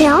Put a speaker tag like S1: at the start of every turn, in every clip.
S1: 聊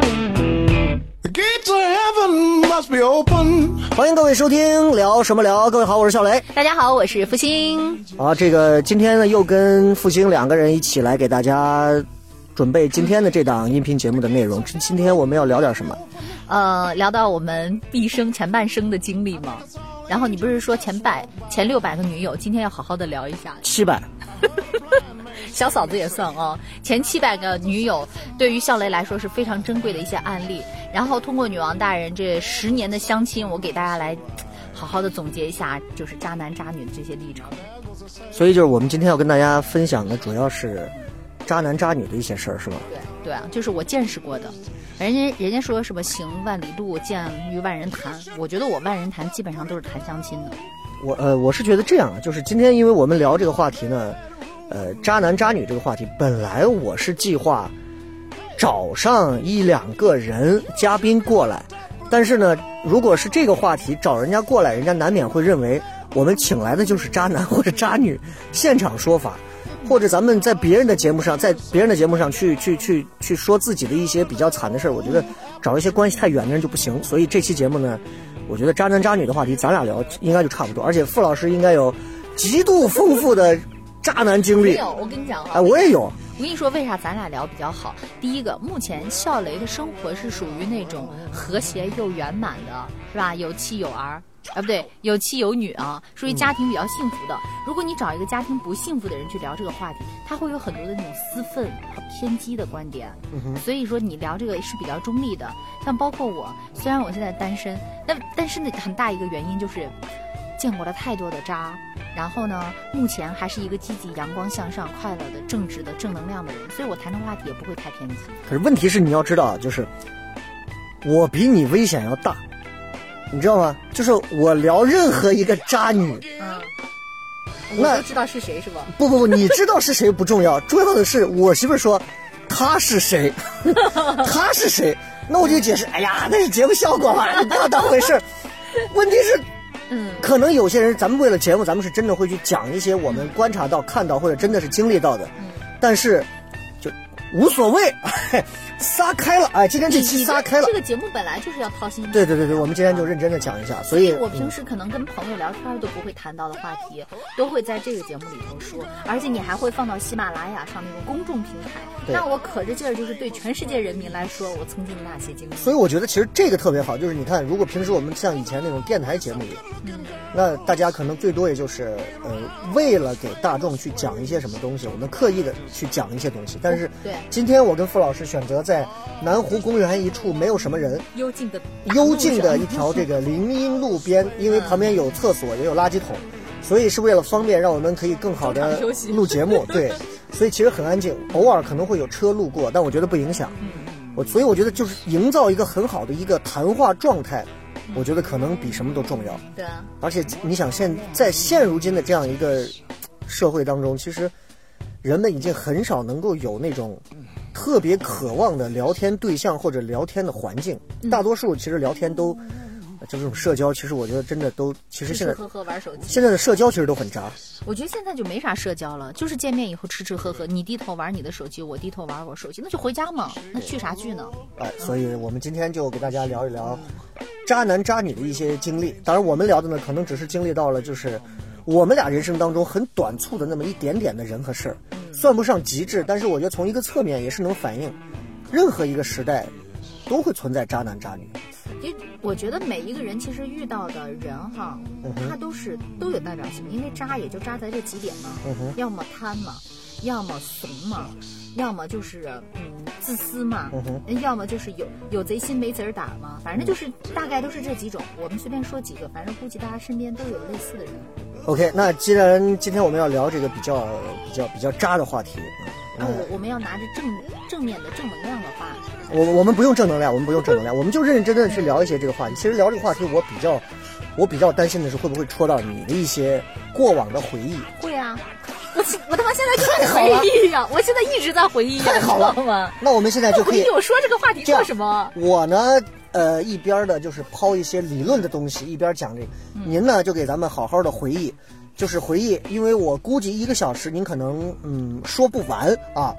S2: The gates of heaven must be open.
S3: 欢迎各位收听聊什么聊？各位好，我是小雷
S4: 大家好，我是付星。
S3: 啊。这个今天呢，又跟付星两个人一起来给大家准备今天的这档音频节目的内容。今今天我们要聊点什么？
S4: 呃，聊到我们毕生前半生的经历嘛，然后你不是说前百前六百个女友，今天要好好的聊一下，
S3: 七百
S4: 小嫂子也算哦。前七百个女友，对于笑雷来说是非常珍贵的一些案例。然后通过女王大人这十年的相亲，我给大家来好好的总结一下，就是渣男渣女的这些历程。
S3: 所以就是我们今天要跟大家分享的，主要是渣男渣女的一些事儿，是吧？
S4: 对对啊，就是我见识过的。人家人家说什么行万里路，见于万人谈，我觉得我万人谈基本上都是谈相亲的。
S3: 我呃，我是觉得这样啊，就是今天因为我们聊这个话题呢，呃，渣男渣女这个话题，本来我是计划找上一两个人嘉宾过来，但是呢，如果是这个话题找人家过来，人家难免会认为我们请来的就是渣男或者渣女，现场说法。或者咱们在别人的节目上，在别人的节目上去去去去说自己的一些比较惨的事儿，我觉得找一些关系太远的人就不行。所以这期节目呢，我觉得渣男渣女的话题，咱俩聊应该就差不多。而且傅老师应该有极度丰富的渣男经
S4: 没
S3: 历，
S4: 有，我跟你讲啊，
S3: 哎，我也有，
S4: 我跟你说，为啥咱俩聊比较好？第一个，目前笑雷的生活是属于那种和谐又圆满的，是吧？有妻有儿，啊，不对，有妻有女啊，属于
S3: 嗯
S4: 家庭比较幸福的。如果你找一个家庭不幸福的人去聊这个话题，他会有很多的那种私愤和偏激的观点。所以说，你聊这个是比较中立的。像包括我，虽然我现在单身，但但是呢，很大一个原因就是见过了太多的渣，然后呢，目前还是一个积极、阳光向上、快乐的、正直的、正能量的人，所以我谈的话题也不会太偏激。
S3: 可是问题是你要知道，啊就是我比你危险要大，你知道吗？就是我聊任何一个渣女，
S4: 嗯，
S3: 那
S4: 我都知道是谁是吧？
S3: 不不不，你知道是谁不重要， 重要的是我媳妇儿说他是谁， 他是谁，那我就解释，哎呀，那是节目效果嘛，你不要当回事儿。问题是，
S4: 嗯，
S3: 可能有些人，咱们为了节目，咱们是真的会去讲一些我们观察到、看到或者真的是经历到的，
S4: 嗯
S3: 但是就无所谓， 撒开了，哎，今天这期
S4: 你
S3: 撒开了
S4: 这。个节目本来就是要掏心
S3: 对对对对，我们今天就认真的讲一下，所以
S4: 我平时可能跟朋友聊天都不会谈到的话题，都会在这个节目里头说，而且你还会放到喜马拉雅上那种公众平台。
S3: 对
S4: 那我可着劲儿，就是对全世界人民来说，我曾经的那些经历。
S3: 嗯所以我觉得其实这个特别好，就是你看，如果平时我们像以前那种电台节目里，
S4: 嗯
S3: 那大家可能最多也就是呃，为了给大众去讲一些什么东西，我们刻意的去讲一些东西。但是
S4: 对
S3: 今天我跟付老师选择在南湖公园一处没有什么人。
S4: 幽静的大路
S3: 幽静的
S4: 上
S3: 一条这个林荫路边，因为旁边有厕所也有垃圾桶，所以是为了方便让我们可以更好
S4: 中
S3: 的
S4: 场休息
S3: 录节目。对，所以其实很安静，偶尔可能会有车路过，但我觉得不影响。我所以我觉得就是营造一个很好的一个谈话状态，我觉得可能比什么都重要。
S4: 对啊，
S3: 而且你想现在现如今的这样一个社会当中，其实人们已经很少能够有那种特别渴望的聊天对象或者聊天的环境。大多数其实聊天都呃就这种社交，其实我觉得真的都其实现
S4: 吃吃
S3: 在
S4: 喝喝玩手机。
S3: 现在的社交其实都很渣。
S4: 我觉得现在就没啥社交了，就是见面以后吃吃喝喝，你低头玩你的手机，我低头玩我手机，那就回家嘛，那聚啥聚呢？
S3: 哎，所以我们今天就给大家聊一聊渣男渣女的一些经历。当然，我们聊的呢，可能只是经历到了就是我们俩人生当中很短促的那么一点点的人和事儿，算不上极致，但是我觉得从一个侧面也是能反映，任何一个时代都会存在渣男渣女。
S4: 因为我觉得每一个人其实遇到的人哈，
S3: 嗯
S4: 他都是都有代表性，因为渣也就渣在这几点嘛，
S3: 嗯
S4: 要么贪嘛，要么怂嘛，要么就是嗯自私嘛，要么就是有有贼心没贼儿胆嘛，反正就是大概都是这几种。我们随便说几个，反正估计大家身边都有类似的人。
S3: OK，那既然今天我们要聊这个比较比较比较渣的话题，
S4: 那
S3: 嗯
S4: 我我们要拿着正正面的正能量的话，
S3: 我我们不用正能量，我们不用正能量，我们就认认真真的去聊一些这个话题。其实聊这个话题，我比较我比较担心的是会不会戳到你的一些过往的回忆。
S4: 会啊。我我他妈现在就在回忆呀、啊我现在一直在回忆呀、
S3: 太
S4: 你
S3: 好
S4: 知
S3: 了
S4: 道吗？
S3: 那我们现在就可
S4: 回
S3: 以
S4: 忆，，我说这个话题
S3: 这样
S4: 做什么？
S3: 我呢，呃，一边的就是抛一些理论的东西，一边讲这个。
S4: 嗯
S3: 您呢，就给咱们好好的回忆，就是回忆，因为我估计一个小时您可能嗯说不完 啊，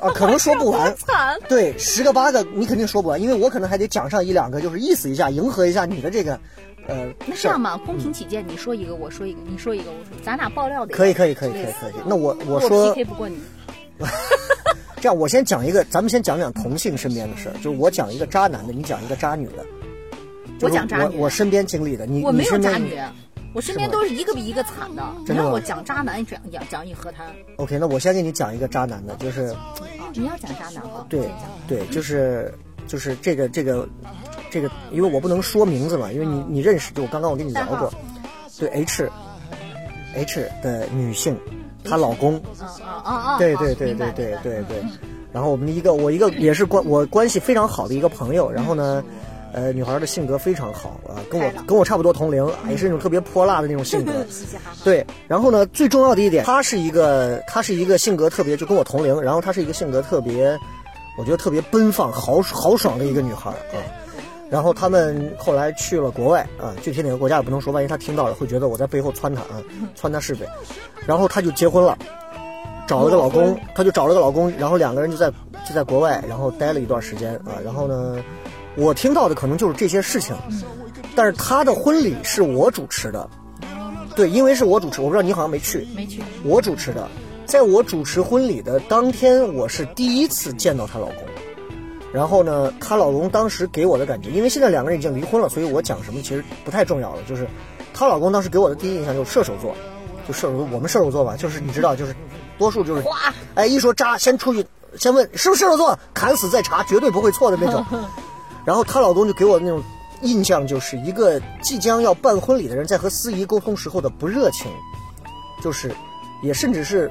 S3: 啊，可能说不完。
S4: 惨，
S3: 对，十个八个你肯定说不完，因为我可能还得讲上一两个，就是意思一下，迎合一下你的这个，呃，
S4: 那
S3: 事
S4: 这
S3: 儿
S4: 样吧，公平起见，你说一个，我说一个，你说一个，我说，咱俩爆料的
S3: 可以，可以，可以，可
S4: 类
S3: 以，
S4: 似
S3: 可以。那我我
S4: 我
S3: 说
S4: PK 不过你，
S3: 这样，我先讲一个，咱们先讲讲同性身边的事儿，就是我讲一个渣男的，你讲一个渣女的。就
S4: 我
S3: 是
S4: 讲渣女
S3: 我我身边经历的，你
S4: 我
S3: 你
S4: 没有
S3: 身边
S4: 渣女，我身边
S3: 是吗
S4: 都是一个比一个惨的。你
S3: 真的吗
S4: 让我讲渣男，讲讲讲一何谈？
S3: OK，那我先给你讲一个渣男的，就是
S4: 啊，你要讲渣男哈？
S3: 对
S4: 先讲
S3: 对，就是就是这个这个这个，因为我不能说名字嘛，因为你你认识，就我刚刚我跟你聊
S4: 代
S3: 过
S4: 号，
S3: 对 H H 的女性，她老公，
S4: 嗯啊啊啊！
S3: 对
S4: 啊
S3: 对对
S4: 明
S3: 对
S4: 白嗯
S3: 对
S4: 明白
S3: 对对。然后我们一个我一个也是关我关系非常好的一个朋友，然后呢，呃，女孩的性格非常好啊，跟我
S4: 嗯开朗。
S3: 跟我差不多同龄，啊也是那种特别泼辣的那种性格
S4: 嘻嘻哈哈。
S3: 对，然后呢，最重要的一点，她是一个她是一个性格特别就跟我同龄，然后她是一个性格特别，我觉得特别奔放豪豪爽的一个女孩啊。然后他们后来去了国外啊，具体哪个国家也不能说，万一她听到了会觉得我在背后撺她啊，撺她是非。然后她就结婚了，找了个老公，她就找了个老公，然后两个人就在就在国外，然后待了一段时间啊。然后呢，我听到的可能就是这些事情，但是她的婚礼是我主持的，对，因为是我主持，我不知道你好像没去，
S4: 没去，
S3: 我主持的，在我主持婚礼的当天，我是第一次见到她老公。然后呢，她老公当时给我的感觉，因为现在两个人已经离婚了，所以我讲什么其实不太重要了。就是她老公当时给我的第一印象就是射手座，就射手座，我们射手座吧，就是你知道，就是多数就是，哎，一说渣，先出去先问是不是射手座，砍死再查，绝对不会错的那种。然后她老公就给我那种印象，就是一个即将要办婚礼的人在和司仪沟通时候的不热情，就是也甚至是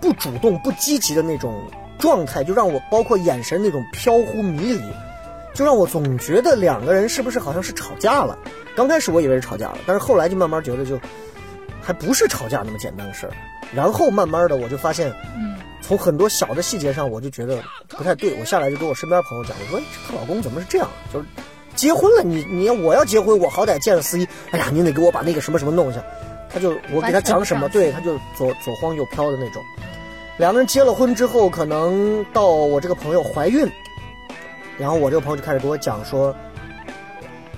S3: 不主动、不积极的那种状态，就让我包括眼神那种飘忽迷离，就让我总觉得两个人是不是好像是吵架了。刚开始我以为是吵架了，但是后来就慢慢觉得就还不是吵架那么简单的事儿。然后慢慢的我就发现，从很多小的细节上我就觉得不太对。我下来就跟我身边朋友讲，我说她老公怎么是这样？就是结婚了，你你我要结婚，我好歹见了司仪，哎呀，你得给我把那个什么什么弄一下。他就我给他讲什么，
S4: 完全不上心
S3: 对，他就左左晃右飘的那种。两个人结了婚之后，可能到我这个朋友怀孕，然后我这个朋友就开始给我讲说，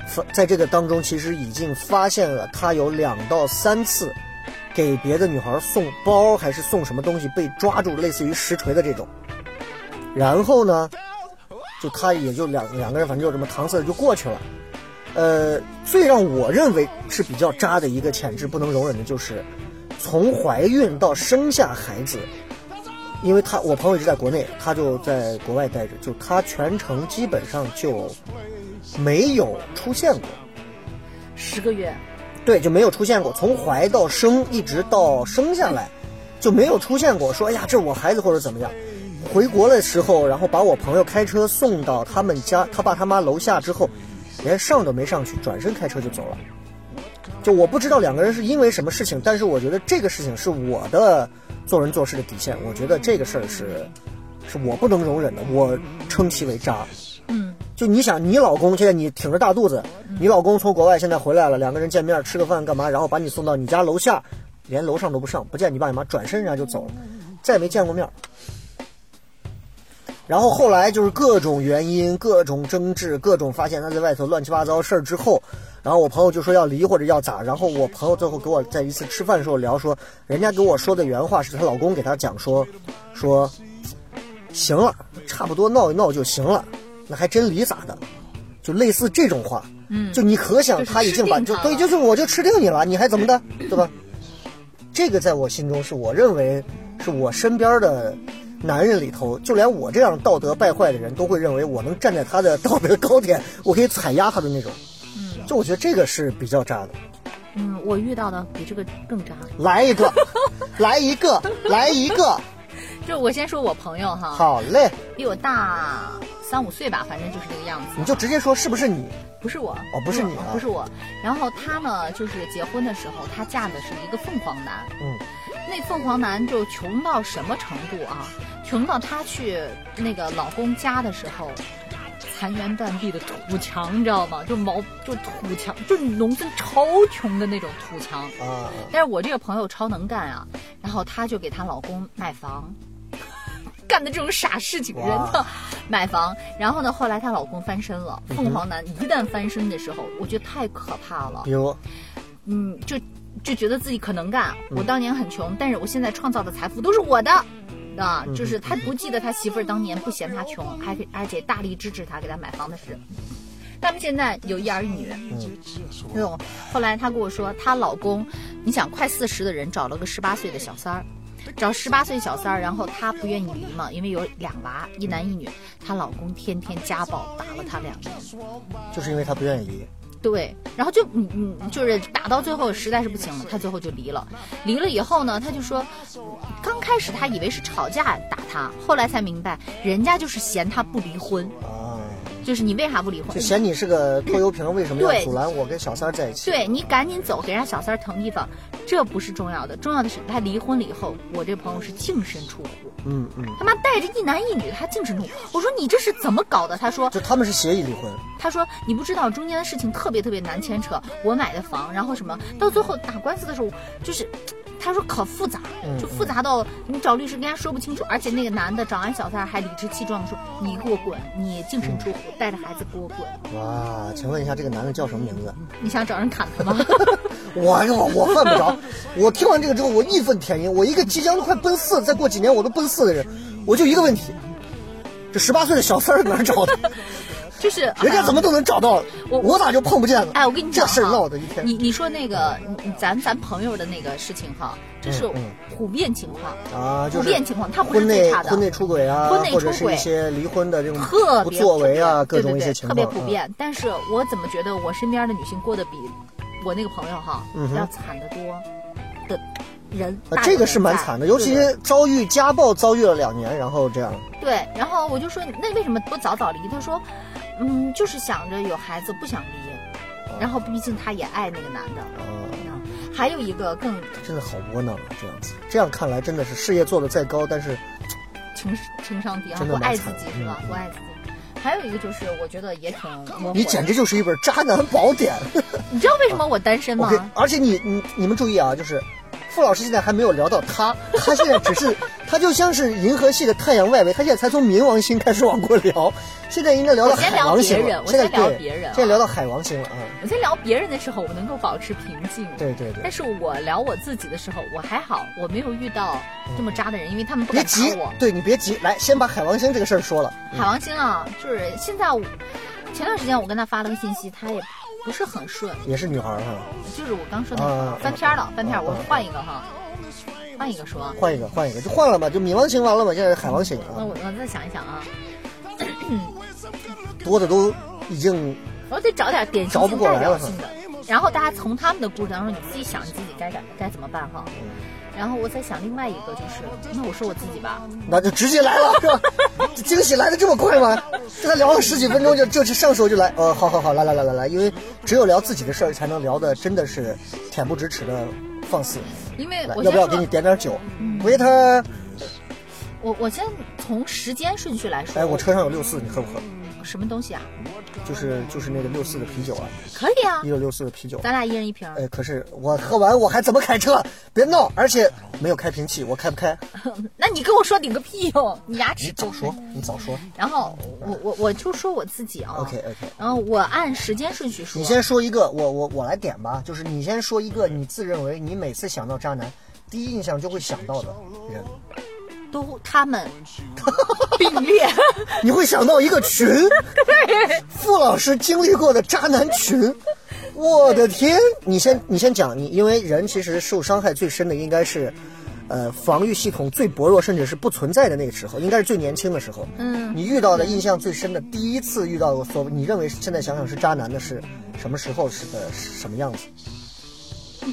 S3: 发在这个当中其实已经发现了他有两到三次给别的女孩送包还是送什么东西被抓住，类似于实锤的这种。然后呢，就他也就两两个人，反正就这么搪塞着就过去了。呃，最让我认为是比较渣的一个潜质不能容忍的就是，从怀孕到生下孩子，因为他我朋友一直在国内，他就在国外待着，就他全程基本上就没有出现过，
S4: 十个月，
S3: 对，就没有出现过，从怀到生一直到生下来，就没有出现过说哎呀这是我孩子或者怎么样。回国的时候，然后把我朋友开车送到他们家他爸他妈楼下之后，连上都没上去，转身开车就走了。就我不知道两个人是因为什么事情，但是我觉得这个事情是我的做人做事的底线，我觉得这个事儿是是我不能容忍的，我称其为渣。
S4: 嗯，
S3: 就你想，你老公现在你挺着大肚子，你老公从国外现在回来了，两个人见面吃个饭干嘛，然后把你送到你家楼下，连楼上都不上，不见你爸你妈，转身人家就走了，再也没见过面儿。然后后来就是各种原因、各种争执、各种发现他在外头乱七八糟事儿之后，然后我朋友就说要离或者要咋，然后我朋友最后给我在一次吃饭的时候聊说，人家给我说的原话是她老公给她讲说，说行了，差不多闹一闹就行了，那还真离咋的，就类似这种话，嗯，就你可想
S4: 就是
S3: 他已经把
S4: 吃定
S3: 就
S4: 他
S3: 对，
S4: 了
S3: 就是我就吃定你了，你还怎么的，对吧？这个在我心中是我认为是我身边的男人里头，就连我这样道德败坏的人都会认为我能站在他 的道德高点，我可以踩压他的那种。就我觉得这个是比较渣的。
S4: 嗯，我遇到的比这个更渣。
S3: 来 一个，来一个，来一个，
S4: 就我先说我朋友哈，
S3: 好嘞，
S4: 比我大三五岁吧，反正就是这个样子。
S3: 你就直接说是不是你？
S4: 不是我，
S3: 哦不是你啊
S4: 不是我。然后她呢，就是结婚的时候，她嫁的是一个凤凰男。
S3: 嗯，
S4: 那凤凰男就穷到什么程度啊？穷到她去那个老公家的时候，残垣断壁的土墙，你知道吗？就毛就土墙，就是农村超穷的那种土墙。
S3: 啊，
S4: 但是我这个朋友超能干啊，然后她就给她老公买房， 干的这种傻事情，
S3: 哇
S4: 人呢买房，然后呢，后来她老公翻身了。凤凰男一旦翻身的时候，我觉得太可怕了
S3: 比，如
S4: 嗯，就就觉得自己可能干。我当年很穷，但是我现在创造的财富都是我的。啊，就是他不记得他媳妇儿当年不嫌他穷，还给而且大力支持他给他买房的事。他们现在有一儿一女，那种。后来她跟我说，她老公，你想快四十的人找了个十八岁的小三儿，找十八岁小三儿，然后她不愿意离嘛，因为有两娃，一男一女，她老公天天家暴打了她两年。
S3: 就是因为他不愿意离，
S4: 对，然后就嗯嗯，就是打到最后实在是不行了，她最后就离了。离了以后呢，她就说，刚开始她以为是吵架打他，后来才明白，人家就是嫌她不离婚，
S3: 啊，
S4: 就是你为啥不离婚
S3: 就？嫌你是个拖油瓶，为什么要
S4: 对
S3: 阻拦我跟小三儿在一起？
S4: 对你赶紧走，给人家小三儿腾地方，这不是重要的，重要的是他离婚了以后，我这朋友是净身出户，
S3: 嗯嗯，
S4: 他妈带着一男一女，他净身出户。我说你这是怎么搞的？他说
S3: 就他们是协议离婚，
S4: 他说你不知道中间的事情特别特别难牵扯，我买的房，然后什么，到最后打官司的时候，就是。他说可复杂，
S3: 嗯
S4: 就复杂到你找律师跟人家说不清楚，而且那个男的找完小三儿还理直气壮的说：“你给我滚，你净身出户，带着孩子给我滚，
S3: 哇，请问一下这个男的叫什么名字？
S4: 你想找人砍他吗？”
S3: 我我我犯不着，我听完这个之后我义愤填膺，我一个即将都快奔四，再过几年我都奔四的人，我就一个问题，这十八岁的小三儿哪儿 找的？
S4: 就是
S3: 人家怎么都能找到，
S4: 我
S3: 我咋就碰不见了？
S4: 哎，我跟你讲
S3: 这事儿
S4: 哈
S3: 闹的一天
S4: 你你说那个你你咱咱朋友的那个事情哈，这是
S3: 嗯
S4: 普遍情况，
S3: 啊，就
S4: 普
S3: 是
S4: 遍情况，他不是
S3: 婚
S4: 最
S3: 内
S4: 差的，
S3: 婚内出轨啊，
S4: 婚内出
S3: 或
S4: 轨
S3: 者是一些离婚的这种
S4: 特
S3: 不
S4: 别
S3: 作为啊，
S4: 普
S3: 各
S4: 遍
S3: 种一
S4: 对对
S3: 些
S4: 对
S3: 情况
S4: 特别普。遍。但是我怎么觉得我身边的女性过得比我那个朋友哈
S3: 嗯哼
S4: 要惨得多的人
S3: 啊，
S4: 大有
S3: 这个是蛮
S4: 人在
S3: 惨的，尤其
S4: 对
S3: 遭遇家暴，遭遇了两年，然后这样，
S4: 对。然后我就说，那为什么不早早离？他说，嗯，就是想着有孩子不想离。
S3: 哦
S4: 然后毕竟他也爱那个男的。
S3: 啊，
S4: 嗯还有一个更
S3: 真的好窝囊啊，这样子。这样看来，真的是事业做得再高，但是
S4: 情情商低啊
S3: 真，的
S4: 我
S3: 蛮
S4: 爱自
S3: 惨
S4: 己
S3: 的嗯
S4: 是吧？我爱自己。还有一个就是，我觉得也挺魔
S3: 你
S4: 鬼
S3: 简
S4: 的
S3: 直就是一本渣男宝 典。
S4: 你知道为什么我单身吗？
S3: OK，而且你你你们注意啊，就是傅老师现在还没有聊到他，他现在只是他就像是银河系的太阳外围，他现在才从冥王星开始往过聊，现在应该聊到
S4: 我先
S3: 海
S4: 聊
S3: 王星
S4: 别
S3: 了
S4: 人。我
S3: 现在
S4: 先聊
S3: 对
S4: 别人啊
S3: 现在聊到海王星了啊！
S4: 我在聊别人的时候，我能够保持平静。
S3: 对对
S4: 但
S3: 对，
S4: 是我聊我自己的时候，我还好，我没有遇到这么渣的人，因为他们不
S3: 别
S4: 敢打
S3: 急嗯
S4: 我，。
S3: 对你别急，来先把海王星这个事儿说了。
S4: 海王星啊，就是现在我，前段时间我跟他发了个信息，他也不是很顺，
S3: 也是女孩儿哈，
S4: 就是我刚说的、
S3: 啊
S4: 翻篇了，翻篇，
S3: 啊
S4: 我换一个哈，换一个说。
S3: 换一个换一个就换了嘛，就冥王星完了嘛，现在是海王星
S4: 那
S3: 啊，
S4: 我我再想一想啊，
S3: 多的都已经
S4: 我得找点典型
S3: 找不
S4: 性
S3: 过
S4: 代
S3: 来
S4: 表
S3: 了
S4: 性的。然后大家从他们的故事当中，你自己想你自己该该该怎么办哈。
S3: 嗯
S4: 然后我再想另外一个就是，那我说我自己吧，
S3: 那就直接来了，是吧？ 这惊喜来的这么快吗？这才聊了十几分钟就就就上手就来，呃，好好好，来来来来来，因为只有聊自己的事儿，才能聊的真的是恬不知耻的放肆。
S4: 因为
S3: 来，
S4: 哎我
S3: 要
S4: 先
S3: 不要
S4: 说
S3: 给你点点酒？waiter，
S4: 我我先从时间顺序来说，
S3: 哎，我车上有六四，你喝不喝？
S4: 什么东西啊？
S3: 就是就是那个六四的啤酒啊，
S4: 可以啊
S3: 一，九六四的啤酒。
S4: 咱俩一人一瓶儿。
S3: 哎，可是我喝完我还怎么开车？别闹！而且没有开瓶器，我开不开？
S4: 那你跟我说顶个屁哟！你牙齿
S3: 早
S4: 都
S3: 哎说，你早说。
S4: 然后我我我就说我自己啊。
S3: OK OK。
S4: 然后我按时间顺序说。
S3: 你先说一个，我我我来点吧，就是你先说一个你自认为你每次想到渣男，第一印象就会想到的人，
S4: 都他 们并列，
S3: 你会想到一个群，傅老师经历过的渣男群，我的天！你先你先讲，你因为人其实受伤害最深的应该是，呃，防御系统最薄弱，甚至是不存在的那个时候，应该是最年轻的时候。嗯，你遇到的印象最深的第一次遇呃到的所谓你认为现在想想是渣男的是什么时候是的是什么样子？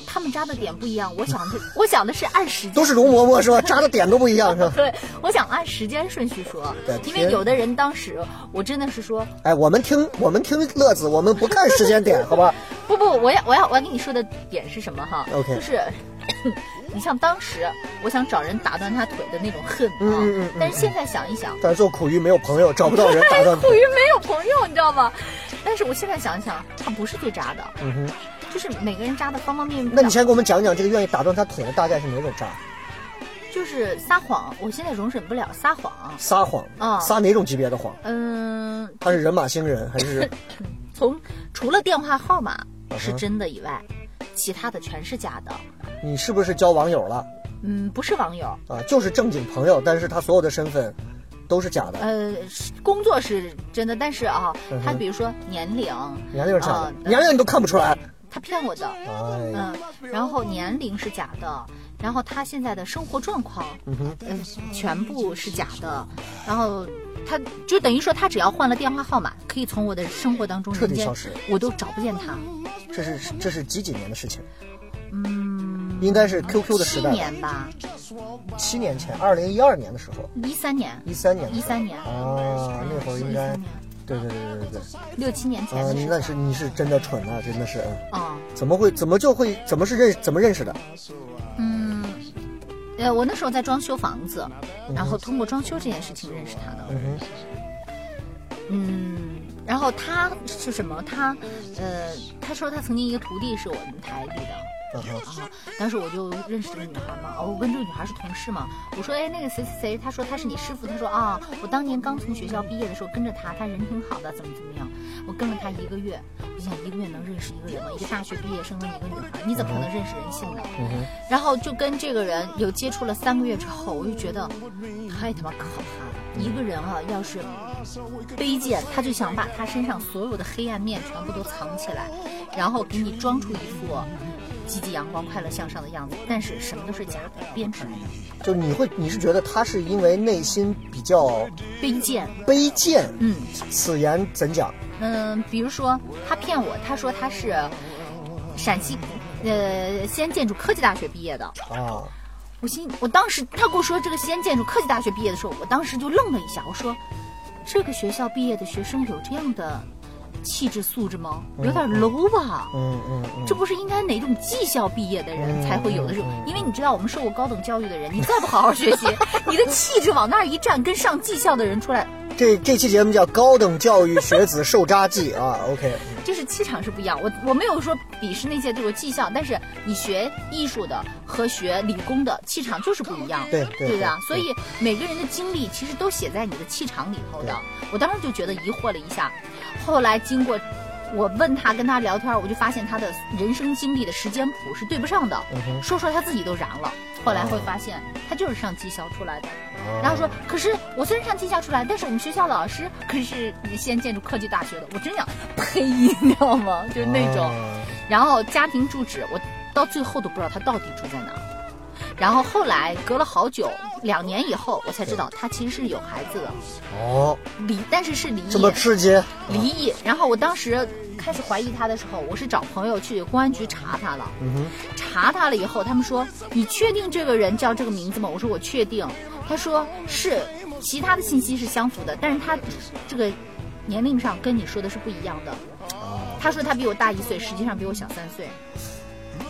S4: 他们扎的点不一样。我想的，我想的是按时间，
S3: 都是容嬷嬷是吧？扎的点都不一样是吧？
S4: 对，我想按时间顺序说
S3: 对，
S4: 因
S3: 天
S4: 为有的人当时我真的是说，
S3: 哎，我们听我们听乐子，我们不看时间点，好 吧？
S4: 不不，我要我要我要跟你说的点是什么哈
S3: OK
S4: 就是 你像当时我想找人打断他腿的那种恨啊，
S3: 嗯嗯嗯
S4: 但是现在想一想，
S3: 但是做苦于没有朋友，找不到人打 断。
S4: 苦于没有朋友，你知道吗？但是我现在想一想，他不是最渣的，
S3: 嗯哼，
S4: 就是每个人渣的方方面面
S3: 那
S4: 不一
S3: 你
S4: 样。
S3: 先给我们讲讲这个愿意打断他腿的大概是哪种渣？
S4: 就是撒谎，我现在容忍不了撒谎。
S3: 撒谎
S4: 啊
S3: 撒哪种级别的谎？
S4: 嗯，
S3: 他是人马星人还是？
S4: 从除了电话号码
S3: 嗯
S4: 是真的以外，其他的全是假的。
S3: 你是不是交网友了
S4: 嗯，不是网友，
S3: 啊？就是正经朋友，但是他所有的身份都是假的，
S4: 呃，是工作是真的，但是啊
S3: 嗯哼，
S4: 他比如说年龄，
S3: 年龄是假的
S4: 啊，
S3: 年龄你都看不出来。
S4: 他骗我的，
S3: 哎呀，
S4: 嗯，然后年龄是假的，然后他现在的生活状况，
S3: 嗯哼，
S4: 嗯，全部是假的，然后他就等于说他只要换了电话号码，可以从我的生活当中
S3: 彻底
S4: 人间
S3: 消失，
S4: 我都找不见他。嗯
S3: 这是这是几几年的事情？嗯，应该是 QQ 的时
S4: 七
S3: 代吧，
S4: 年吧，
S3: 七年前，二零一二年的时候，
S4: 一三年，
S3: 一三年的
S4: 一
S3: 时候，
S4: 三年，
S3: 啊，那会儿应
S4: 一
S3: 该
S4: 三年，
S3: 对对对对对对，
S4: 六七年前
S3: 啊
S4: 的，事
S3: 那是你是真的蠢啊，真的是，嗯
S4: 啊，
S3: 怎么会怎么就会怎么是认怎么认识的？
S4: 嗯，呃，我那时候在装修房子，然后通过装修这件事情认识他的。
S3: 嗯
S4: 嗯，然后他是什么？他，呃，他说他曾经一个徒弟是我们台里的，
S3: 哼，嗯
S4: 然后当时我就认识这个女孩嘛，哦，我跟这个女孩是同事嘛，我说，哎，那个谁谁谁，他说他是你师傅，他说啊，我当年刚从学校毕业的时候跟着他，他人挺好的，怎么怎么样，我跟了他一个月，我想一个月能认识一个人吗？一个大学毕业生的一个女孩，你怎么可能认识人性呢？然后就跟这个人有接触了三个月之后，我就觉得太他妈可怕了。一个人啊，要是卑贱，他就想把他身上所有的黑暗面全部都藏起来，然后给你装出一副积极阳光、快乐向上的样子，但是什么都是假的，编织的，
S3: 哼，就你会你是觉得他是因为内心比较
S4: 卑贱。
S3: 卑贱，
S4: 嗯
S3: 此言怎讲？
S4: 嗯，比如说他骗我，他说他是陕西呃西安建筑科技大学毕业的，
S3: 啊，
S4: 我心，我当时他跟我说这个西安建筑科技大学毕业的时候，我当时就愣了一下，我说，这个学校毕业的学生有这样的气质素质吗？有点 low 吧？
S3: 嗯嗯嗯，
S4: 这不是应该哪种技校毕业的人才会有的这种
S3: 嗯嗯？
S4: 因为你知道，我们受过高等教育的人，你再不好好学习， 你的气质往那儿一站，跟上技校的人出来，
S3: 这这期节目叫《高等教育学子受渣记》啊，OK，嗯
S4: 就是气场是不一样。我我没有说鄙视那些这种技校，但是你学艺术的和学理工的气场就是不一样。
S3: 对对
S4: 对不对啊
S3: 对？
S4: 所以每个人的经历其实都写在你的气场里头的。我当时就觉得疑惑了一下，后来经过我问他跟他聊天，我就发现他的人生经历的时间谱是对不上的，
S3: 嗯哼
S4: 说说他自己都燃了。后来会发现他就是上技校出来的，然后说，可是我虽然上技校出来，但是我们学校老师可是西安建筑科技大学的，我真想 呸，你知道吗？就是那种。
S3: 啊
S4: 然后家庭住址，我到最后都不知道他到底住在哪儿。然后后来隔了好久，两年以后，我才知道他其实是有孩子的，
S3: 哦，
S4: 离但是是离
S3: 这么啊
S4: 异，
S3: 吃惊，
S4: 离异。然后我当时开始怀疑他的时候，我是找朋友去公安局查他了，查他了以后，他们说你确定这个人叫这个名字吗？我说我确定。他说是，其他的信息是相符的，但是他这个年龄上跟你说的是不一样的。他说他比我大一岁，实际上比我小三岁。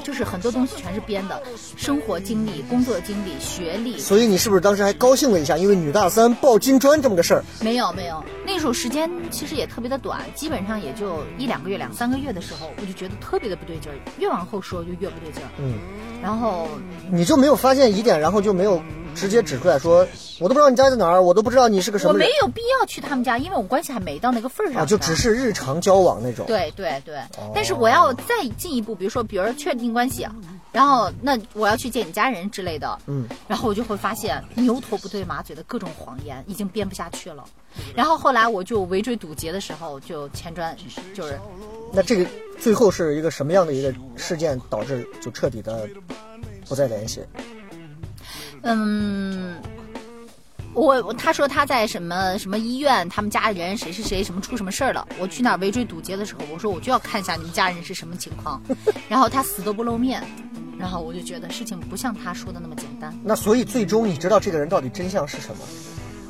S4: 就是很多东西全是编的，生活经历、工作经历、学历，
S3: 所以你是不是当时还高兴了一下？因为女大三抱金砖这么个事儿，
S4: 没有没有，那时候时间其实也特别的短，基本上也就一两个月、两三个月的时候，我就觉得特别的不对劲儿，越往后说就越不对劲儿。
S3: 嗯，
S4: 然后
S3: 你就没有发现疑点，然后就没有直接指出来说，我都不知道你家在哪儿，我都不知道你是个什
S4: 我
S3: 么人
S4: 没有必要去他们家，因为我们关系还没到那个份儿上呢。
S3: 啊，就只是日常交往那种。
S4: 对对对，但是我要再进一步，比如说，比如说确定关系，啊然后那我要去见你家人之类的，
S3: 嗯，
S4: 然后我就会发现牛头不对马嘴的各种谎言已经编不下去了。然后后来我就围追堵截的时候，就前砖就是
S3: 那这个最后是一个什么样的一个事件导致就彻底的不再联系？
S4: 嗯，我我他说他在什么什么医院，他们家人谁谁谁什么出什么事儿了。我去哪儿围追堵截的时候，我说我就要看一下你们家人是什么情况，然后他死都不露面，然后我就觉得事情不像他说的那么简单。
S3: 那所以最终你知道这个人到底真相是什么？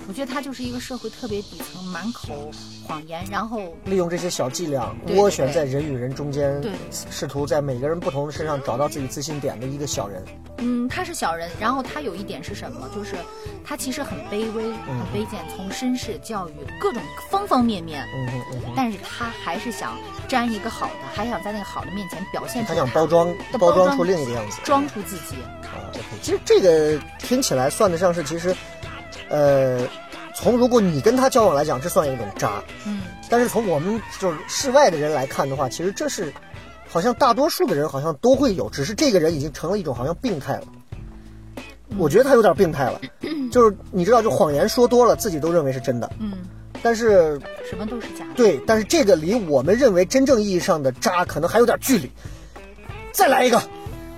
S4: 我觉得他就是一个社会特别底层，满口谎言，然后
S3: 利用这些小伎俩
S4: 对
S3: 斡旋在人与人中间
S4: 对，
S3: 试图在每个人不同的身上找到自己自信点的一个小人。
S4: 嗯，他是小人，然后他有一点是什么？就是他其实很卑微，很卑贱，从身世、教育各种方方面面，
S3: 嗯哼嗯哼，
S4: 但是他还是想沾一个好的，还想在那个好的面前表现出
S3: 他想包装
S4: 他
S3: 包
S4: 包
S3: 装出另一个样子。
S4: 装出自己。
S3: 啊，OK，其实这个听起来算得上是，其实，呃，从如果你跟他交往来讲，这算一种渣。
S4: 嗯，
S3: 但是从我们就是世外的人来看的话，其实这是，好像大多数的人好像都会有，只是这个人已经成了一种好像病态了。
S4: 嗯
S3: 我觉得他有点病态 了，就是你知道，就谎言说多了，自己都认为是真的。
S4: 嗯，
S3: 但是
S4: 什么都是假的。
S3: 对，但是这个离我们认为真正意义上的渣可能还有点距离。再来一个啊，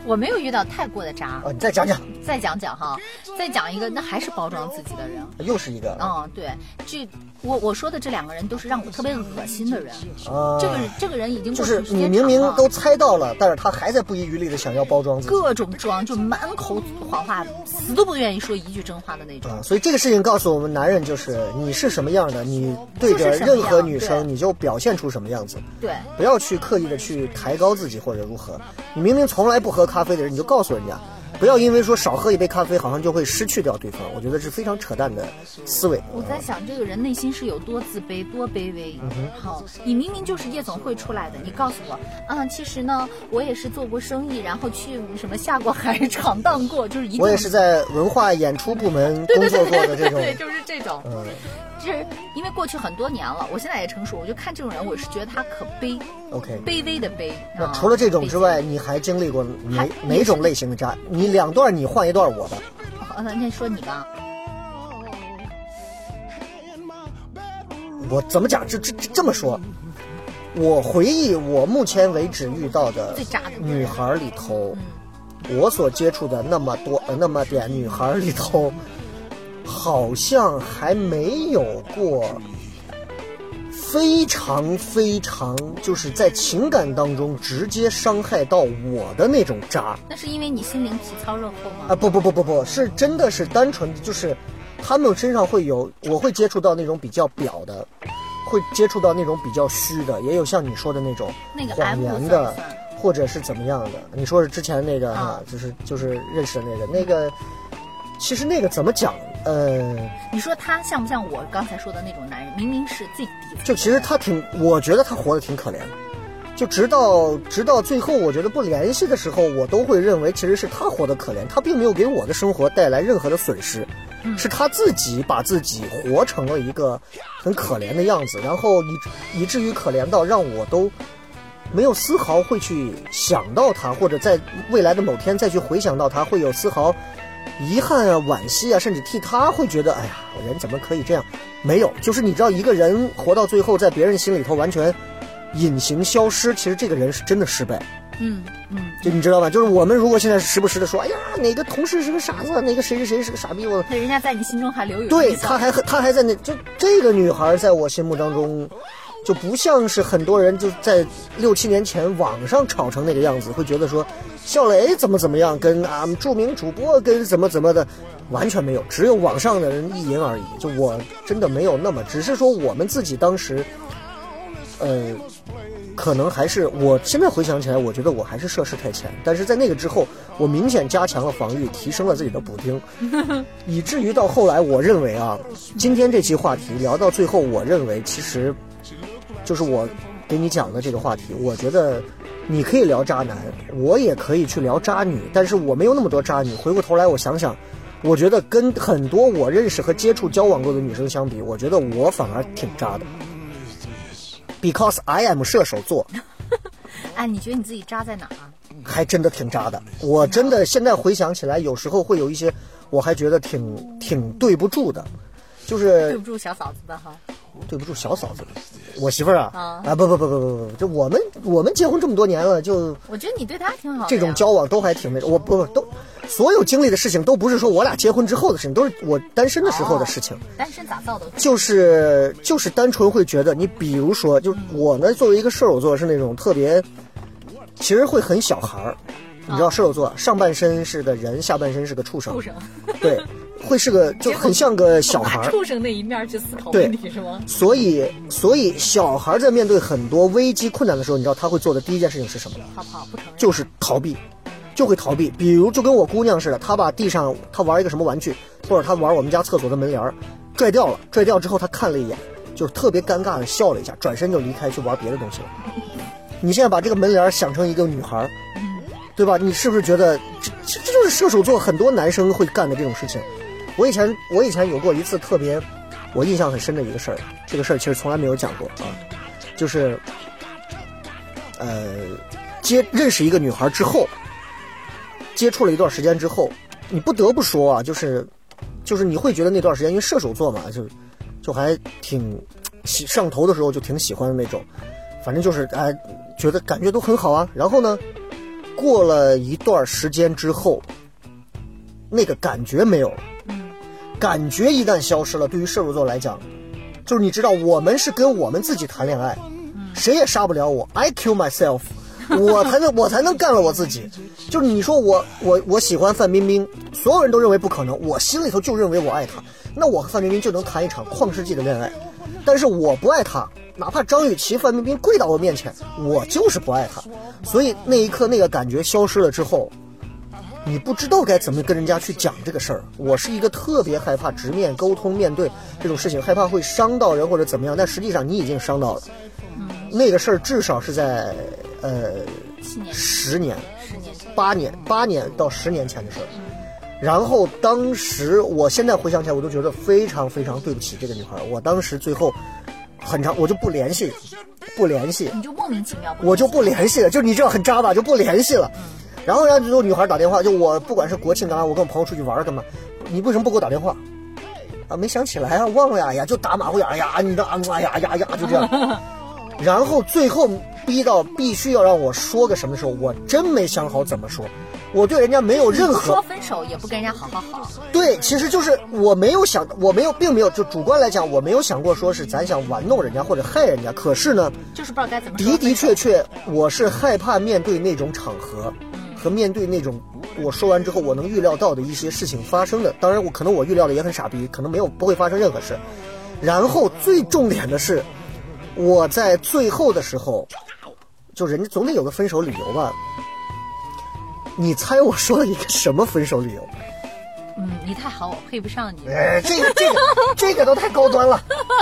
S4: 我没有遇到太过的渣，
S3: 你再讲讲，
S4: 再讲讲哈，再讲一个，那还是包装自己的人。
S3: 又是一个啊，
S4: 嗯，对，这我我说的这两个人都是让我特别恶心的人。这个这个人已经
S3: 啊就
S4: 过
S3: 是
S4: 去时
S3: 你
S4: 间
S3: 明
S4: 长
S3: 明
S4: 了
S3: 都猜到了，但是他还在不遗余力的想要包装自己。
S4: 各种装，就满口谎话，死都不愿意说一句真话的那种。
S3: 啊，所以这个事情告诉我们，男人就是你是什么样的，你对着
S4: 就是什么样
S3: 任何女生，
S4: 对
S3: 你就表现出什么样子，
S4: 对，
S3: 不要去刻意的去抬高自己或者如何。你明明从来不喝咖啡的人，你就告诉人家，不要因为说少喝一杯咖啡，好像就会失去掉对方。我觉得是非常扯淡的思维。
S4: 我在想这个人内心是有多自卑、多卑微。
S3: 嗯
S4: 好，你明明就是夜总会出来的，你告诉我，嗯，其实呢，我也是做过生意，然后去什么下过海、闯荡过，就 是一定
S3: 我也是在文化演出部门
S4: 对
S3: 工
S4: 对
S3: 作过
S4: 对对
S3: 的
S4: 对
S3: 这
S4: 对
S3: 种，嗯
S4: 对，就是这种。就是因为过去很多年了，我现在也成熟，我就看这种人，我是觉得他可悲，
S3: OK
S4: 卑微的卑。
S3: 那
S4: 啊
S3: 除了这种之，
S4: 卑
S3: 外，你还经历过哪
S4: 还
S3: 哪种类型的渣？你两段你换一段我的。
S4: 贱好，哦那那说你吧，
S3: 我怎么讲？这这这这么说，我回忆我目前为止遇到的
S4: 最渣的
S3: 女孩里头，我所接触的那么多呃那么点女孩里头，好像还没有过非常非常就是在情感当中直接伤害到我的那种渣。
S4: 那是因为你心灵皮糙肉厚吗？
S3: 啊，不不不不不，是真的是单纯的就是，他们身上会有，我会接触到那种比较表的，会接触到那种比较虚的，也有像你说的那种
S4: 那个
S3: 谎
S4: M
S3: 言
S4: 算不
S3: 的
S4: 算，
S3: 或者是怎么样的。你说是之前那个哈、
S4: 啊
S3: 就是就是认识的那个那个，其实那个怎么讲？呃，
S4: 你说他像不像我刚才说的那种男人？明明是最底层的人，
S3: 就其实他挺，我觉得他活得挺可怜的。就直到直到最后，我觉得不联系的时候，我都会认为其实是他活得可怜，他并没有给我的生活带来任何的损失，是他自己把自己活成了一个很可怜的样子，然后以以至于可怜到让我都没有丝毫会去想到他，或者在未来的某天再去回想到他，会有丝毫遗憾啊、惋惜啊，甚至替他会觉得，哎呀，我人怎么可以这样？没有，就是你知道，一个人活到最后，在别人心里头完全隐形消失，其实这个人是真的失败。
S4: 嗯嗯，
S3: 就你知道吧？就是我们如果现在时不时的说，哎呀，哪个同事是个傻子，哪个谁谁谁是个傻逼，我
S4: 那人家在你心中还留有
S3: 对
S4: 印，象
S3: 她还很她还在那，就这个女孩在我心目当中，就不像是很多人就在六七年前网上炒成那个样子，会觉得说笑雷怎么怎么样，跟啊著名主播跟怎么怎么的，完全没有，只有网上的人意淫而已。就我真的没有那么，只是说我们自己当时，呃，可能还是我现在回想起来，我觉得我还是涉世太浅，但是在那个之后，我明显加强了防御，提升了自己的补丁。以至于到后来，我认为啊，今天这期话题聊到最后，我认为其实就是我给你讲的这个话题，我觉得你可以聊渣男，我也可以去聊渣女，但是我没有那么多渣女。回过头来，我想想，我觉得跟很多我认识和接触交往过的女生相比，我觉得我反而挺渣的，because I am 射手座。
S4: 哎，你觉得你自己渣在哪儿啊？
S3: 还真的挺渣的。我真的现在回想起来，有时候会有一些，我还觉得挺挺对不住的，就
S4: 对
S3: 是
S4: 不住小嫂子吧哈。
S3: 对不住小嫂子，我媳妇儿啊
S4: 啊
S3: 啊不不不不不不，就我们我们结婚这么多年了，就
S4: 我觉得你对他挺好的呀。
S3: 这种交往都还挺那我不不都，所有经历的事情都不是说我俩结婚之后的事情，都是我单身的时候的事情。
S4: 单身咋造的？
S3: 就是就是单纯会觉得，你比如说，就是我呢，作为一个射手座是那种特别，其实会很小孩儿，你知道射手座上半身是个人，下半身是个畜生
S4: 畜，生，
S3: 对，会是个就很像个 小孩
S4: 把
S3: 儿。
S4: 畜生那一面去思考
S3: 对
S4: 问题是吗？
S3: 所以，所以小孩在面对很多危机困难的时候，你知道他会做的第一件事情是什么吗？
S4: 好不好？不承认。
S3: 就是逃避，就会逃避。比如就跟我姑娘似的，她把地上她玩一个什么玩具，或者她玩我们家厕所的门帘儿，拽掉了，拽掉之后她看了一眼，就是特别尴尬的笑了一下，转身就离开去玩别的东西了。你现在把这个门帘儿想成一个女孩儿，对吧？你是不是觉得这这这就是射手座很多男生会干的这种事情？我以前我以前有过一次特别我印象很深的一个事儿，这个事儿其实从来没有讲过啊，就是呃接认识一个女孩之后，接触了一段时间之后，你不得不说啊，就是就是你会觉得那段时间，因为射手座嘛，就就还挺喜上头的时候就挺喜欢的那种，反正就是哎觉得感觉都很好啊。然后呢，过了一段时间之后，那个感觉没有了，感觉一旦消失了，对于射手座来讲，就是你知道我们是跟我们自己谈恋爱，谁也杀不了我，I kill myself，我 才能我才能干了我自己。就是你说我我我喜欢范冰冰，所有人都认为不可能，我心里头就认为我爱她，那我和范冰冰就能谈一场旷世纪的恋爱。但是我不爱她，哪怕张雨绮、范冰冰跪到我面前，我就是不爱她。所以那一刻那个感觉消失了之后，你不知道该怎么跟人家去讲这个事儿。我是一个特别害怕直面沟通、面对这种事情，害怕会伤到人或者怎么样。但实际上你已经伤到了。那个事儿至少是在呃
S4: 七年
S3: 十年、
S4: 十年，
S3: 八年、八年到十年前的事儿。然后当时，我现在回想起来，我都觉得非常非常对不起这个女孩儿。我当时最后很长，我就不联系，不联系，
S4: 你就莫名其妙不
S3: 我就不联系了，就你这样很渣吧，就不联系了。然后让有女孩打电话，就我不管是国庆干啊嘛，我跟我朋友出去玩儿干嘛，你为什么不给我打电话？啊，没想起来啊，忘了呀，哎呀，就打马虎眼儿哎呀，你这啊啊呀呀呀，就这样。然后最后逼到必须要让我说个什么的时候，我真没想好怎么说，我对人家没有任
S4: 不
S3: 何
S4: 说分手，也不跟人家好好好。
S3: 对，其实就是我没有想，我没有，并没有就主观来讲，我没有想过说是咱想玩弄人家或者害人家。可是呢，
S4: 就是不知道该怎么说。
S3: 的的确确，我是害怕面对那种场合，
S4: 嗯
S3: 和面对那种我说完之后我能预料到的一些事情发生的。当然，我可能我预料的也很傻逼，可能没有不会发生任何事。然后最重点的是，我在最后的时候，就人家总得有个分手理由吧。你猜我说了一个什么分手理由？
S4: 嗯，你太好，我配不上你。
S3: 哎，这个这个这个都太高端了，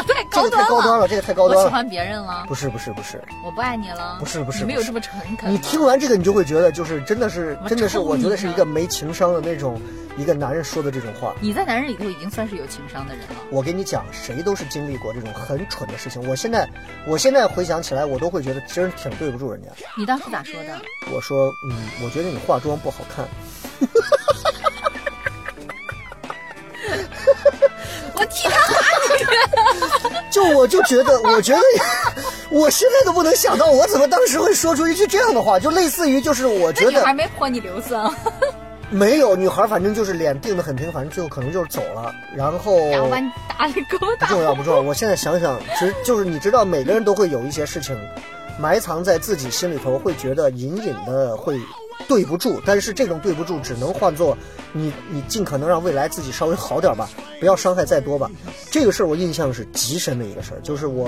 S4: 对，
S3: 这个太高端了，这个太高
S4: 我
S3: 端
S4: 喜
S3: 了。
S4: 欢别人了，
S3: 不是不是不是，
S4: 我不爱你了。
S3: 不是不是
S4: 你没
S3: 不
S4: 有
S3: 是
S4: 这么诚恳。
S3: 你听完这个，你就会觉得，就是真的是，
S4: 我
S3: 真的是，
S4: 抽你
S3: 我觉得是
S4: 呢
S3: 一个没情商的那种，一个男人说的这种话。
S4: 你在男人里头已经算是有情商的人了。
S3: 我跟你讲，谁都是经历过这种很蠢的事情。我现在，我现在回想起来，我都会觉得真是挺对不住人家。
S4: 你当时咋说的？
S3: 我说，嗯，我觉得你化妆不好看。
S4: 我替他，
S3: 就我就觉得，我觉得， 我现在都不能想到，我怎么当时会说出一句这样的话，就类似于就是我觉
S4: 那女
S3: 得
S4: 孩没泼你硫酸，啊
S3: 没有女孩，反正就是脸定得很平，反正最后可能就是走了。然后
S4: 然后把你打了狗
S3: 不
S4: 打。
S3: 重要，不重要。我现在想想，其实就是你知道，每个人都会有一些事情埋藏在自己心里头，会觉得隐隐的会对不住，但是这种对不住只能换作你，你尽可能让未来自己稍微好点吧，不要伤害再多吧。这个事儿我印象是极深的一个事儿，就是我。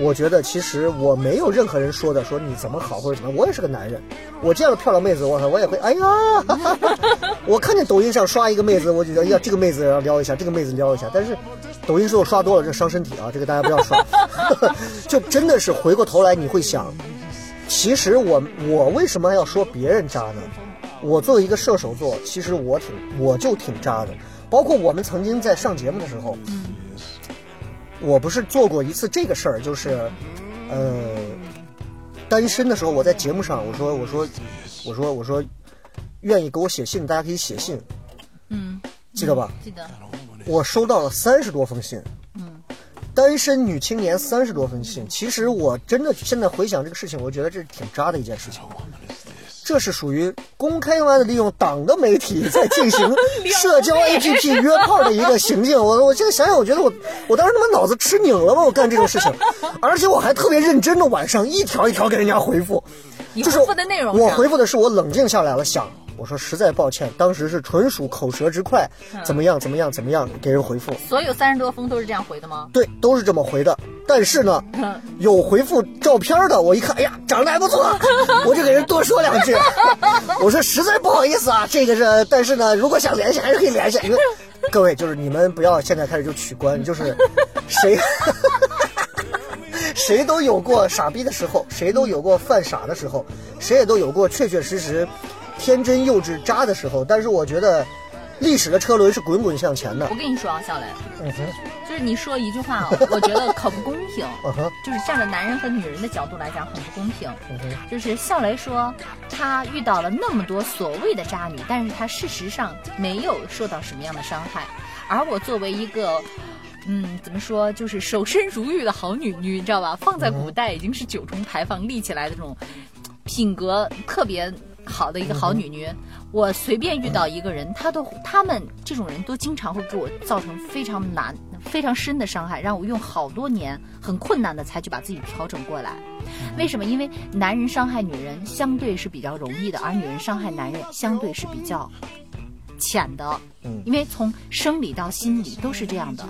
S3: 我觉得其实我没有任何人说的，说你怎么好或者怎么样，我也是个男人，我见了漂亮妹子，我操，我也会，哎呀， 哈哈哈我看见抖音上刷一个妹子，我就觉得，哎呀，这个妹子要撩一下，这个妹子撩一下，但是抖音是我刷多了，这伤身体啊，这个大家不要刷，就真的是回过头来你会想，其实我我为什么要说别人渣呢？我作为一个射手座，其实我挺我就挺渣的，包括我们曾经在上节目的时候，我不是做过一次这个事儿，就是，呃，单身的时候，我在节目上我说我说我说我说，愿意给我写信，大家可以写信，
S4: 嗯，
S3: 记得吧？
S4: 记得。
S3: 我收到了三十多封信，单身女青年三十多封信。其实我真的现在回想这个事情，我觉得这是挺渣的一件事情。这是属于公开化的利用党的媒体在进行社交 APP 约炮的一个行径。我我这个想想，我觉得我我当时他妈脑子吃拧了吧，我干这种事情，而且我还特别认真的晚上一条一条给人家回复。
S4: 你
S3: 就是
S4: 回复的内容是
S3: 我
S4: 吧
S3: 回复的是我冷静下来了，想我说实在抱歉，当时是纯属口舌之快，怎么样怎么样怎么样给人回复，
S4: 所有三十多封都是这样回的吗？
S3: 对，都是这么回的。但是 呢，有回复照片的，我一看，哎呀，长得还不错， 我就给人多说两句。我说实在不好意思啊，这个是，但是呢，如果想联系还是可以联系。 因为各位就是你们不要现在开始就取关，就是谁。 谁都有过傻逼的时候，谁都有过犯傻的时候，谁也都有过确确实实天真幼稚渣的时候。但是我觉得，历史的车轮是滚滚向前的
S4: 我。跟你说啊，小雷，
S3: 嗯哼，
S4: 就是你说一句话 啊，我觉得可不公平。
S3: 嗯哼，
S4: 就是站在男人和女人的角度来讲，很不公平。
S3: 嗯哼。
S4: 就是笑雷说，他遇到了那么多所谓的渣女，但是他事实上没有受到什么样的伤害。而我作为一个，嗯，怎么说，就是守身如玉的好女女，你知道吧？放在古代已经是九重牌坊立起来的这种品格特别好的一个好女女。我随便遇到一个人，她都他们这种人都经常会给我造成非常难、非常深的伤害，让我用好多年很困难的才去把自己调整过来。为什么？因为男人伤害女人相对是比较容易的，而女人伤害男人相对是比较浅的。
S3: 嗯哦
S4: 因为从生理到心理都是这样的。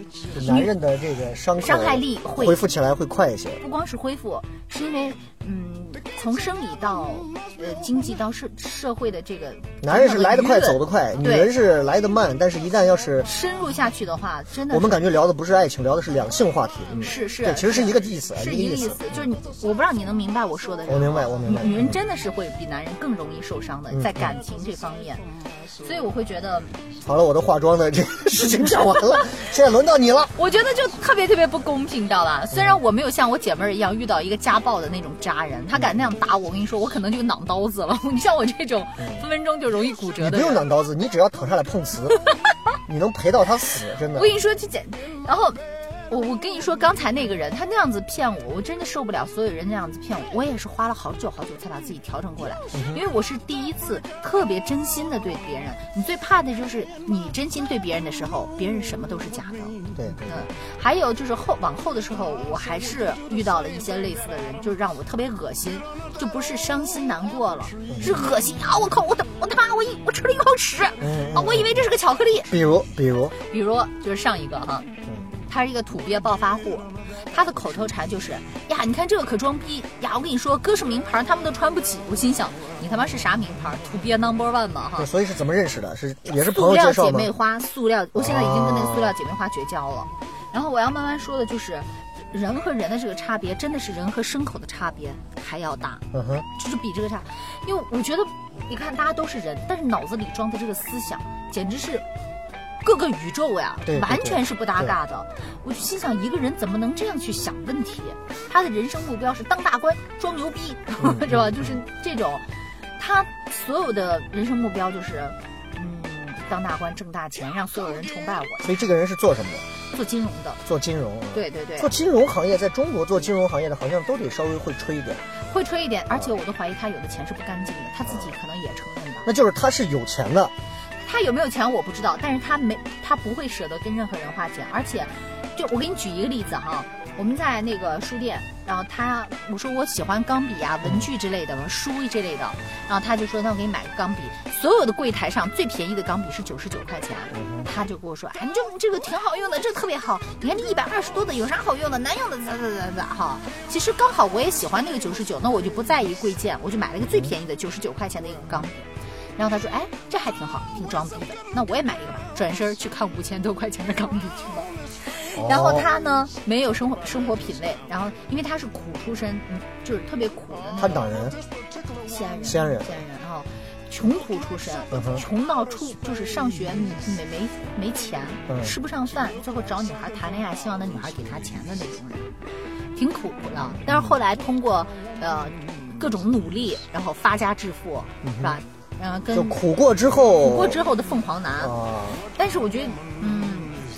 S3: 男人的这个伤口
S4: 伤害力会
S3: 恢复起来会快一些。
S4: 不光是恢复，是因为嗯，从生理到呃经济到社社会的这个，
S3: 男人是来得快走得
S4: 快。
S3: 快，
S4: 对
S3: 女人是来得慢，但是一旦要是
S4: 深入下去的话，真的
S3: 我们
S4: 是
S3: 感觉聊的不是爱情，聊的是两性话题，嗯，
S4: 是是啊
S3: 对，其实是一个意思，
S4: 是
S3: 一个
S4: 一个
S3: 意思
S4: 意思。，就是你，我不知道你能明白我说的。
S3: 我明白，我明白。嗯
S4: 女人真的是会比男人更容易受伤的，在感情这方面，所以我会觉得，
S3: 好了，我的化妆的这个事情讲完 了，现在轮到你了。
S4: 我觉得就特别特别不公平，你知道吧？虽然我没有像我姐妹儿一样遇到一个家暴的那种渣人，他敢那样打我，我跟你说，我可能就囊刀子了。 你像我这种分分钟就容易骨折
S3: 你不
S4: 的人
S3: 用，挡刀子，你只要躺下来碰 瓷，你能陪到他死，真的
S4: 我。跟你说，这简，然后我我跟你说，刚才那个人他那样子骗我，我真的受不了所有人那样子骗我。我也是花了好久好久才把自己调整过来，因为我是第一次特别真心的对别人。你最怕的就是你真心对别人的时候，别人什么都是假的。
S3: 对，
S4: 嗯，还有就是后往后的时候，我还是遇到了一些类似的人，就让我特别恶心，就不是伤心难过了，是恶心啊！我靠，我他我他妈我一我吃了一口屎
S3: 嗯
S4: 啊！我以为这是个巧克力。
S3: 比如，比如，嗯
S4: 比如就是上一个哈，他是一个土鳖暴发户，他的口头禅就是呀，你看这个可装逼呀！我跟你说，搁什么名牌他们都穿不起。我心想，你他妈是啥名牌？土鳖 number one 嘛哈
S3: 对，。所以是怎么认识的？是也是朋
S4: 塑
S3: 友
S4: 料
S3: 介绍
S4: 姐
S3: 吗？哦
S4: 妹花，塑料，我现在已经跟那个塑料姐妹花绝交了。然后我要慢慢说的就是，人和人的这个差别，真的是人和牲口的差别还要大，
S3: 嗯哼，
S4: 就是比这个差。因为我觉得，你看大家都是人，但是脑子里装的这个思想，简直是各个宇宙呀，
S3: 对对
S4: 完全是不搭嘎的。我就心想，一个人怎么能这样去想问题？他的人生目标是当大官、装牛逼，
S3: 嗯
S4: 是吧？就是这种，他所有的人生目标就是，嗯，当大官、挣大钱，让所有人崇拜我，
S3: 所以这个人是做什么的？
S4: 做金融的。
S3: 做金融啊。
S4: 对对对
S3: 做，金融行业，在中国做金融行业的，好像都得稍微会吹一点。
S4: 会吹一点，而且我都怀疑他有的钱是不干净的，他自己可能也承认吧。
S3: 那就是他是有钱的，
S4: 他有没有钱我不知道，但是他没，他不会舍得跟任何人花钱，而且，就我给你举一个例子哈，我们在那个书店，然后他我说我喜欢钢笔啊、文具之类的，书这类的，然后他就说那我给你买个钢笔，所有的柜台上最便宜的钢笔是九十九块钱，他就跟我说，哎，你这这个挺好用的，这个特别好，你看这一百二十多的有啥好用的，难用的咋咋咋咋哈。其实刚好我也喜欢那个九十九，那我就不在意贵贱，我就买了一个最便宜的九十九块钱的一个钢笔。然后他说：“哎，这还挺好，挺装逼的，那我也买一个吧。”转身去看五千多块钱的钢笔去了。
S3: 哦
S4: 然后他呢，没有生活生活品味，然后因为他是苦出身，嗯就是特别苦的那
S3: 他
S4: 种
S3: 哦党人，
S4: 西安人，
S3: 西安人
S4: 西安人啊，穷苦出身
S3: 嗯，哼
S4: 穷到出就是上学没没没钱，
S3: 嗯
S4: 吃不上饭，最后找女孩谈恋爱，希望那女孩给他钱的那种人，挺苦的。但是后来通过呃各种努力，然后发家致富，是吧？然后
S3: 嗯
S4: 跟
S3: 就苦过之后，
S4: 嗯苦过之后的凤凰男，
S3: 啊，
S4: 但是我觉得，嗯，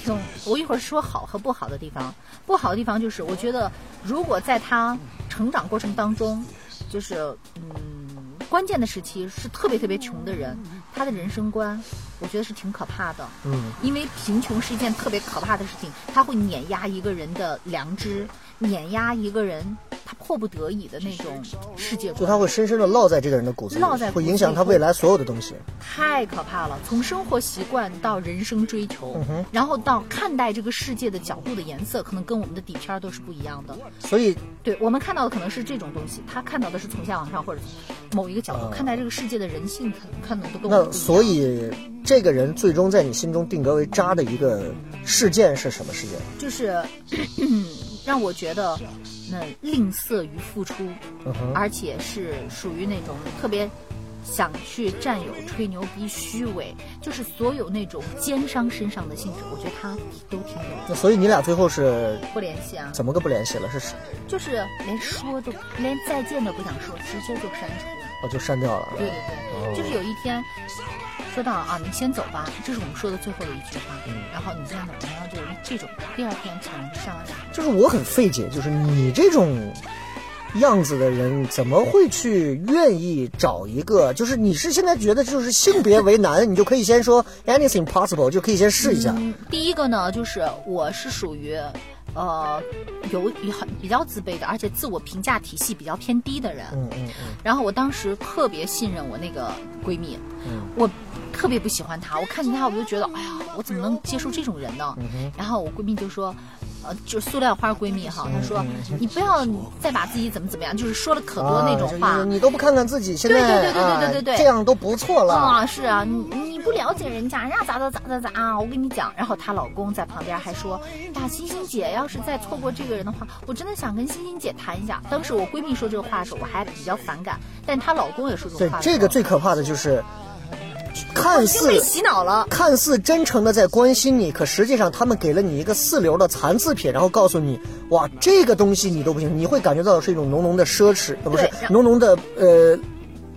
S4: 挺。我一会儿说好和不好的地方。不好的地方就是，我觉得如果在他成长过程当中，就是嗯，关键的时期是特别特别穷的人，他的人生观，我觉得是挺可怕的。
S3: 嗯，
S4: 因为贫穷是一件特别可怕的事情，它会碾压一个人的良知，碾压一个人他迫不得已的那种世界
S3: 就
S4: 观，
S3: 他会深深的烙在这个人的骨子里
S4: 烙在，骨
S3: 会
S4: 子
S3: 影响
S4: 里
S3: 他未来所有的东西。
S4: 太可怕了。从生活习惯到人生追求，
S3: 嗯哼
S4: 然后到看待这个世界的角度的颜色，可能跟我们的底片儿都是不一样的。
S3: 所以
S4: 对我们看到的可能是这种东西，他看到的是从下往上或者某一个角度、看待这个世界的人性，可能看的都跟我们
S3: 啊那
S4: 不一样。
S3: 所以这个人最终在你心中定格为渣的一个事件是什么事件？
S4: 就是 咳咳让我觉得，那吝啬于付出，
S3: 嗯哼，
S4: 而且是属于那种特别想去占有、吹牛逼、虚伪，就是所有那种奸商身上的性质，我觉得他都挺有。
S3: 那所以你俩最后是
S4: 不联系啊，
S3: 怎么个不联系了？是
S4: 就是连说都连再见都不想说，直接就删除了。
S3: 哦就删掉了。
S4: 对对对，就是有一天说到啊，你先走吧，这是我们说的最后的一句话。然后你先走，然后就是这种。第二天抢上了
S3: 就是我很费解，就是你这种样子的人，怎么会去愿意找一个？就是你是现在觉得就是性别为难，你就可以先说 anything possible，就可以先试一下。
S4: 嗯，第一个呢，就是我是属于，呃，有有很比较自卑的，而且自我评价体系比较偏低的人。
S3: 嗯嗯嗯，
S4: 然后我当时特别信任我那个闺蜜，
S3: 嗯
S4: 我特别不喜欢她，我看见她我就觉得，哎呀，我怎么能接受这种人
S3: 嗯
S4: 呢？然后我闺蜜就说。呃，就是塑料花闺蜜哈，
S3: 嗯
S4: 她说、你不要再把自己怎么怎么样，就是说了可多那种话，
S3: 啊就是你都不看看自己现
S4: 对
S3: 在
S4: 对对对对对对
S3: 啊，这样都不错了。
S4: 啊，是啊，你你不了解人家，人家咋咋咋咋咋啊！我跟你讲，然后她老公在旁边还说：“呀，欣欣姐，要是再错过这个人的话，我真的想跟欣欣姐谈一下。”当时我闺蜜说这个话的时候，我还比较反感，但她老公也说这
S3: 对
S4: 种话，的时候，
S3: 这个最可怕的就是看
S4: 已经被
S3: 似。
S4: 洗脑了。
S3: 看似真诚的在关心你，可实际上他们给了你一个四流的残次品，然后告诉你，哇，这个东西你都不行，你会感觉到是一种浓浓的奢侈，呃，不是
S4: 对然后
S3: 浓浓的呃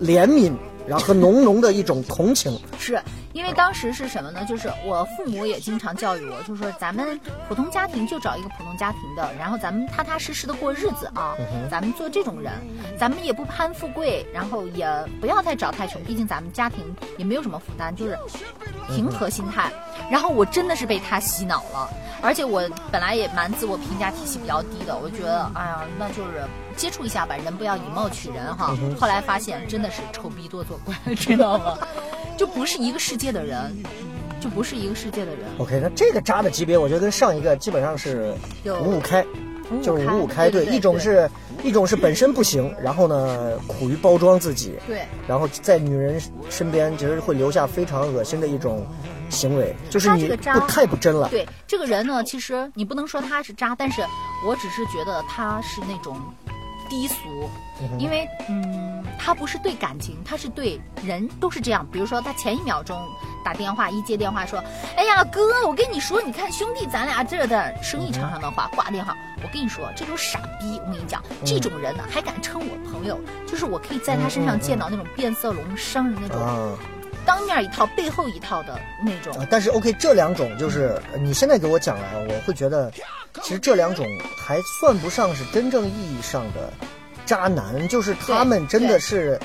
S3: 怜悯，然后和浓浓的一种同情。
S4: 是因为当时是什么呢？就是我父母也经常教育我，就说咱们普通家庭就找一个普通家庭的，然后咱们踏踏实实的过日子啊，咱们做这种人，咱们也不攀富贵，然后也不要再找太穷，毕竟咱们家庭也没有什么负担，就是平和心态。
S3: 嗯
S4: 然后我真的是被他洗脑了，而且我本来也蛮自我评价体系比较低的，我就觉得哎呀，那就是。接触一下吧，人不要以貌取人
S3: 嗯
S4: 哈。后来发现真的是丑逼多作怪， 知道吗？就不是一个世界的人，就不是一个世界的人。
S3: OK，那这个渣的级别，我觉得跟上一个基本上是
S4: 有
S3: 五五开，
S4: 五五
S3: 就是五五
S4: 开
S3: 开。
S4: 对对对
S3: 一种是一种是本身不行，然后呢苦于包装自己，
S4: 对，
S3: 然后在女人身边其实会留下非常恶心的一种行为，就是
S4: 他这
S3: 你
S4: 个渣
S3: 不太不真了。
S4: 对这个人呢，其实你不能说他是渣，但是我只是觉得他是那种低俗，因为嗯，他不是对感情，他是对人都是这样。比如说他前一秒钟打电话，一接电话说：“哎呀哥，我跟你说，你看兄弟咱俩这的生意场上的
S3: 嗯
S4: 话，挂电话。”我跟你说，这种傻逼，我跟你讲，这种人呢还敢称我朋友，就是我可以在他身上见到那种变色龙商人那种
S3: 嗯啊。
S4: 当面一套背后一套的那种。
S3: 啊，但是 OK，这两种就是呃你现在给我讲来，我会觉得，其实这两种还算不上是真正意义上的渣男，就是他们真的是，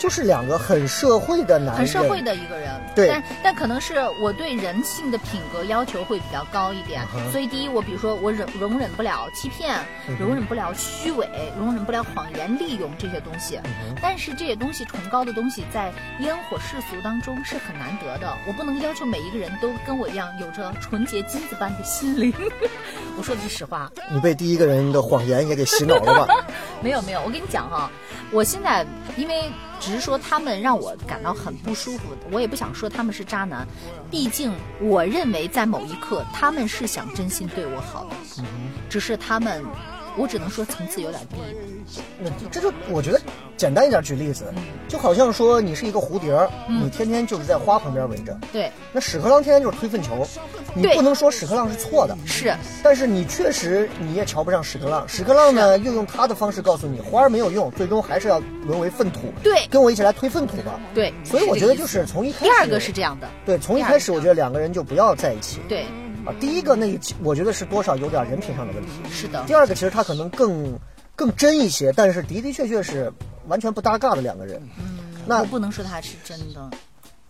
S3: 就是两个很社会的男人，
S4: 很社会的一个人，
S3: 对
S4: 但但可能是我对人性的品格要求会比较高一点，所以第一，我比如说我忍容忍不了欺骗，容忍不了虚伪，容忍不了谎言利用这些东西。
S3: 嗯
S4: 但是这些东西崇高的东西，在烟火世俗当中是很难得的。我不能要求每一个人都跟我一样有着纯洁金子般的心灵。 我说的是实话，啊
S3: 你被第一个人的谎言也给洗脑了 吧？
S4: 没有没有，我跟你讲哈、我现在因为只是说他们让我感到很不舒服，我也不想说他们是渣男，毕竟我认为在某一刻他们是想真心对我好的，
S3: 嗯
S4: 只是他们，我只能说层次有点低。
S3: 那这就我觉得简单一点举例子，
S4: 嗯
S3: 就好像说你是一个蝴蝶儿，你天天就是在花旁边围着，
S4: 对，
S3: 那屎壳郎天天就是推粪球，你
S4: 对
S3: 不能说屎壳郎是错的，
S4: 是
S3: 但是你确实你也瞧不上屎壳郎，屎壳郎
S4: 啊
S3: 呢又用他的方式告诉你，花儿没有用，最终还是要沦为粪土。
S4: 对
S3: 跟我一起来推粪土吧。
S4: 对，
S3: 所以
S4: 是
S3: 我
S4: 这
S3: 觉得
S4: 意思
S3: 就是从一开始，
S4: 第二个是这样的，
S3: 对，从一开始我觉得两个人就不要在一起。
S4: 对，
S3: 啊，第一个那一我觉得是多少有点人品上的问题，
S4: 是的
S3: 第，二个其实他可能更更真一些，但是的的确确是完全不搭嘎的两个人。那
S4: 我不能说他是真的，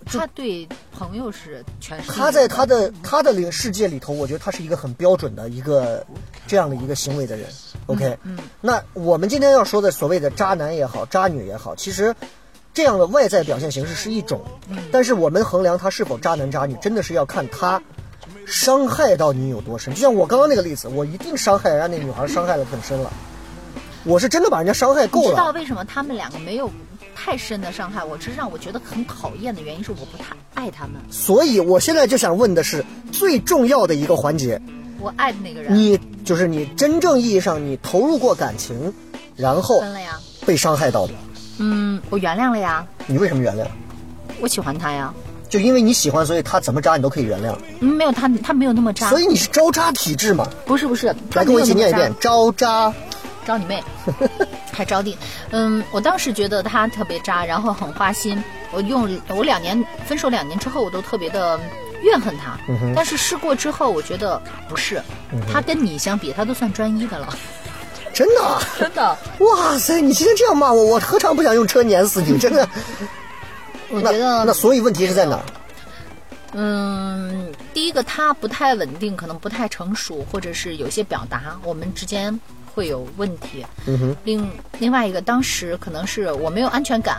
S4: 他对朋友是全是
S3: 他在他的他的领世界里头，我觉得他是一个很标准的一个这样的一个行为的人。OK，嗯，那我们今天要说的所谓的渣男也好，渣女也好，其实这样的外在表现形式是一种，
S4: 嗯
S3: 但是我们衡量他是否渣男渣女，真的是要看他伤害到你有多深。就像我刚刚那个例子，我一定伤害人家那女孩，伤害的很深了，我是真的把人家伤害
S4: 你
S3: 够
S4: 知道
S3: 了。
S4: 为什么他们两个没有太深的伤害我？这让我觉得很讨厌的原因是我不太爱他们，
S3: 所以我现在就想问的是，最重要的一个环节，
S4: 我爱的那个人
S3: 你就是你真正意义上你投入过感情，然后
S4: 分了呀，
S3: 被伤害到的，
S4: 嗯，我原谅了呀，
S3: 你为什么原谅？
S4: 我喜欢他呀，
S3: 就因为你喜欢，所以他怎么渣你都可以原谅，
S4: 嗯没有他他没有那么渣
S3: 所，以你是招渣体质嘛？
S4: 不是不是，他
S3: 来跟我一起
S4: 没有
S3: 念一
S4: 那么
S3: 遍，
S4: 渣
S3: 招渣。
S4: 招 你妹，还招弟。嗯，我当时觉得他特别渣，然后很花心。我用我两年分手两年之后，我都特别的怨恨他。
S3: 嗯
S4: 但是试过之后，我觉得不是，他跟你相比，他都算专一的了。
S3: 真的啊，
S4: 真的，
S3: 哇塞！你今天这样骂我，我何尝不想用车碾死你？真的，
S4: 我
S3: 那
S4: 觉得
S3: 那所以问题是在哪儿？
S4: 嗯，第一个他不太稳定，可能不太成熟，或者是有些表达，我们之间会有问题。嗯哼。另另外一个，当时可能是我没有安全感，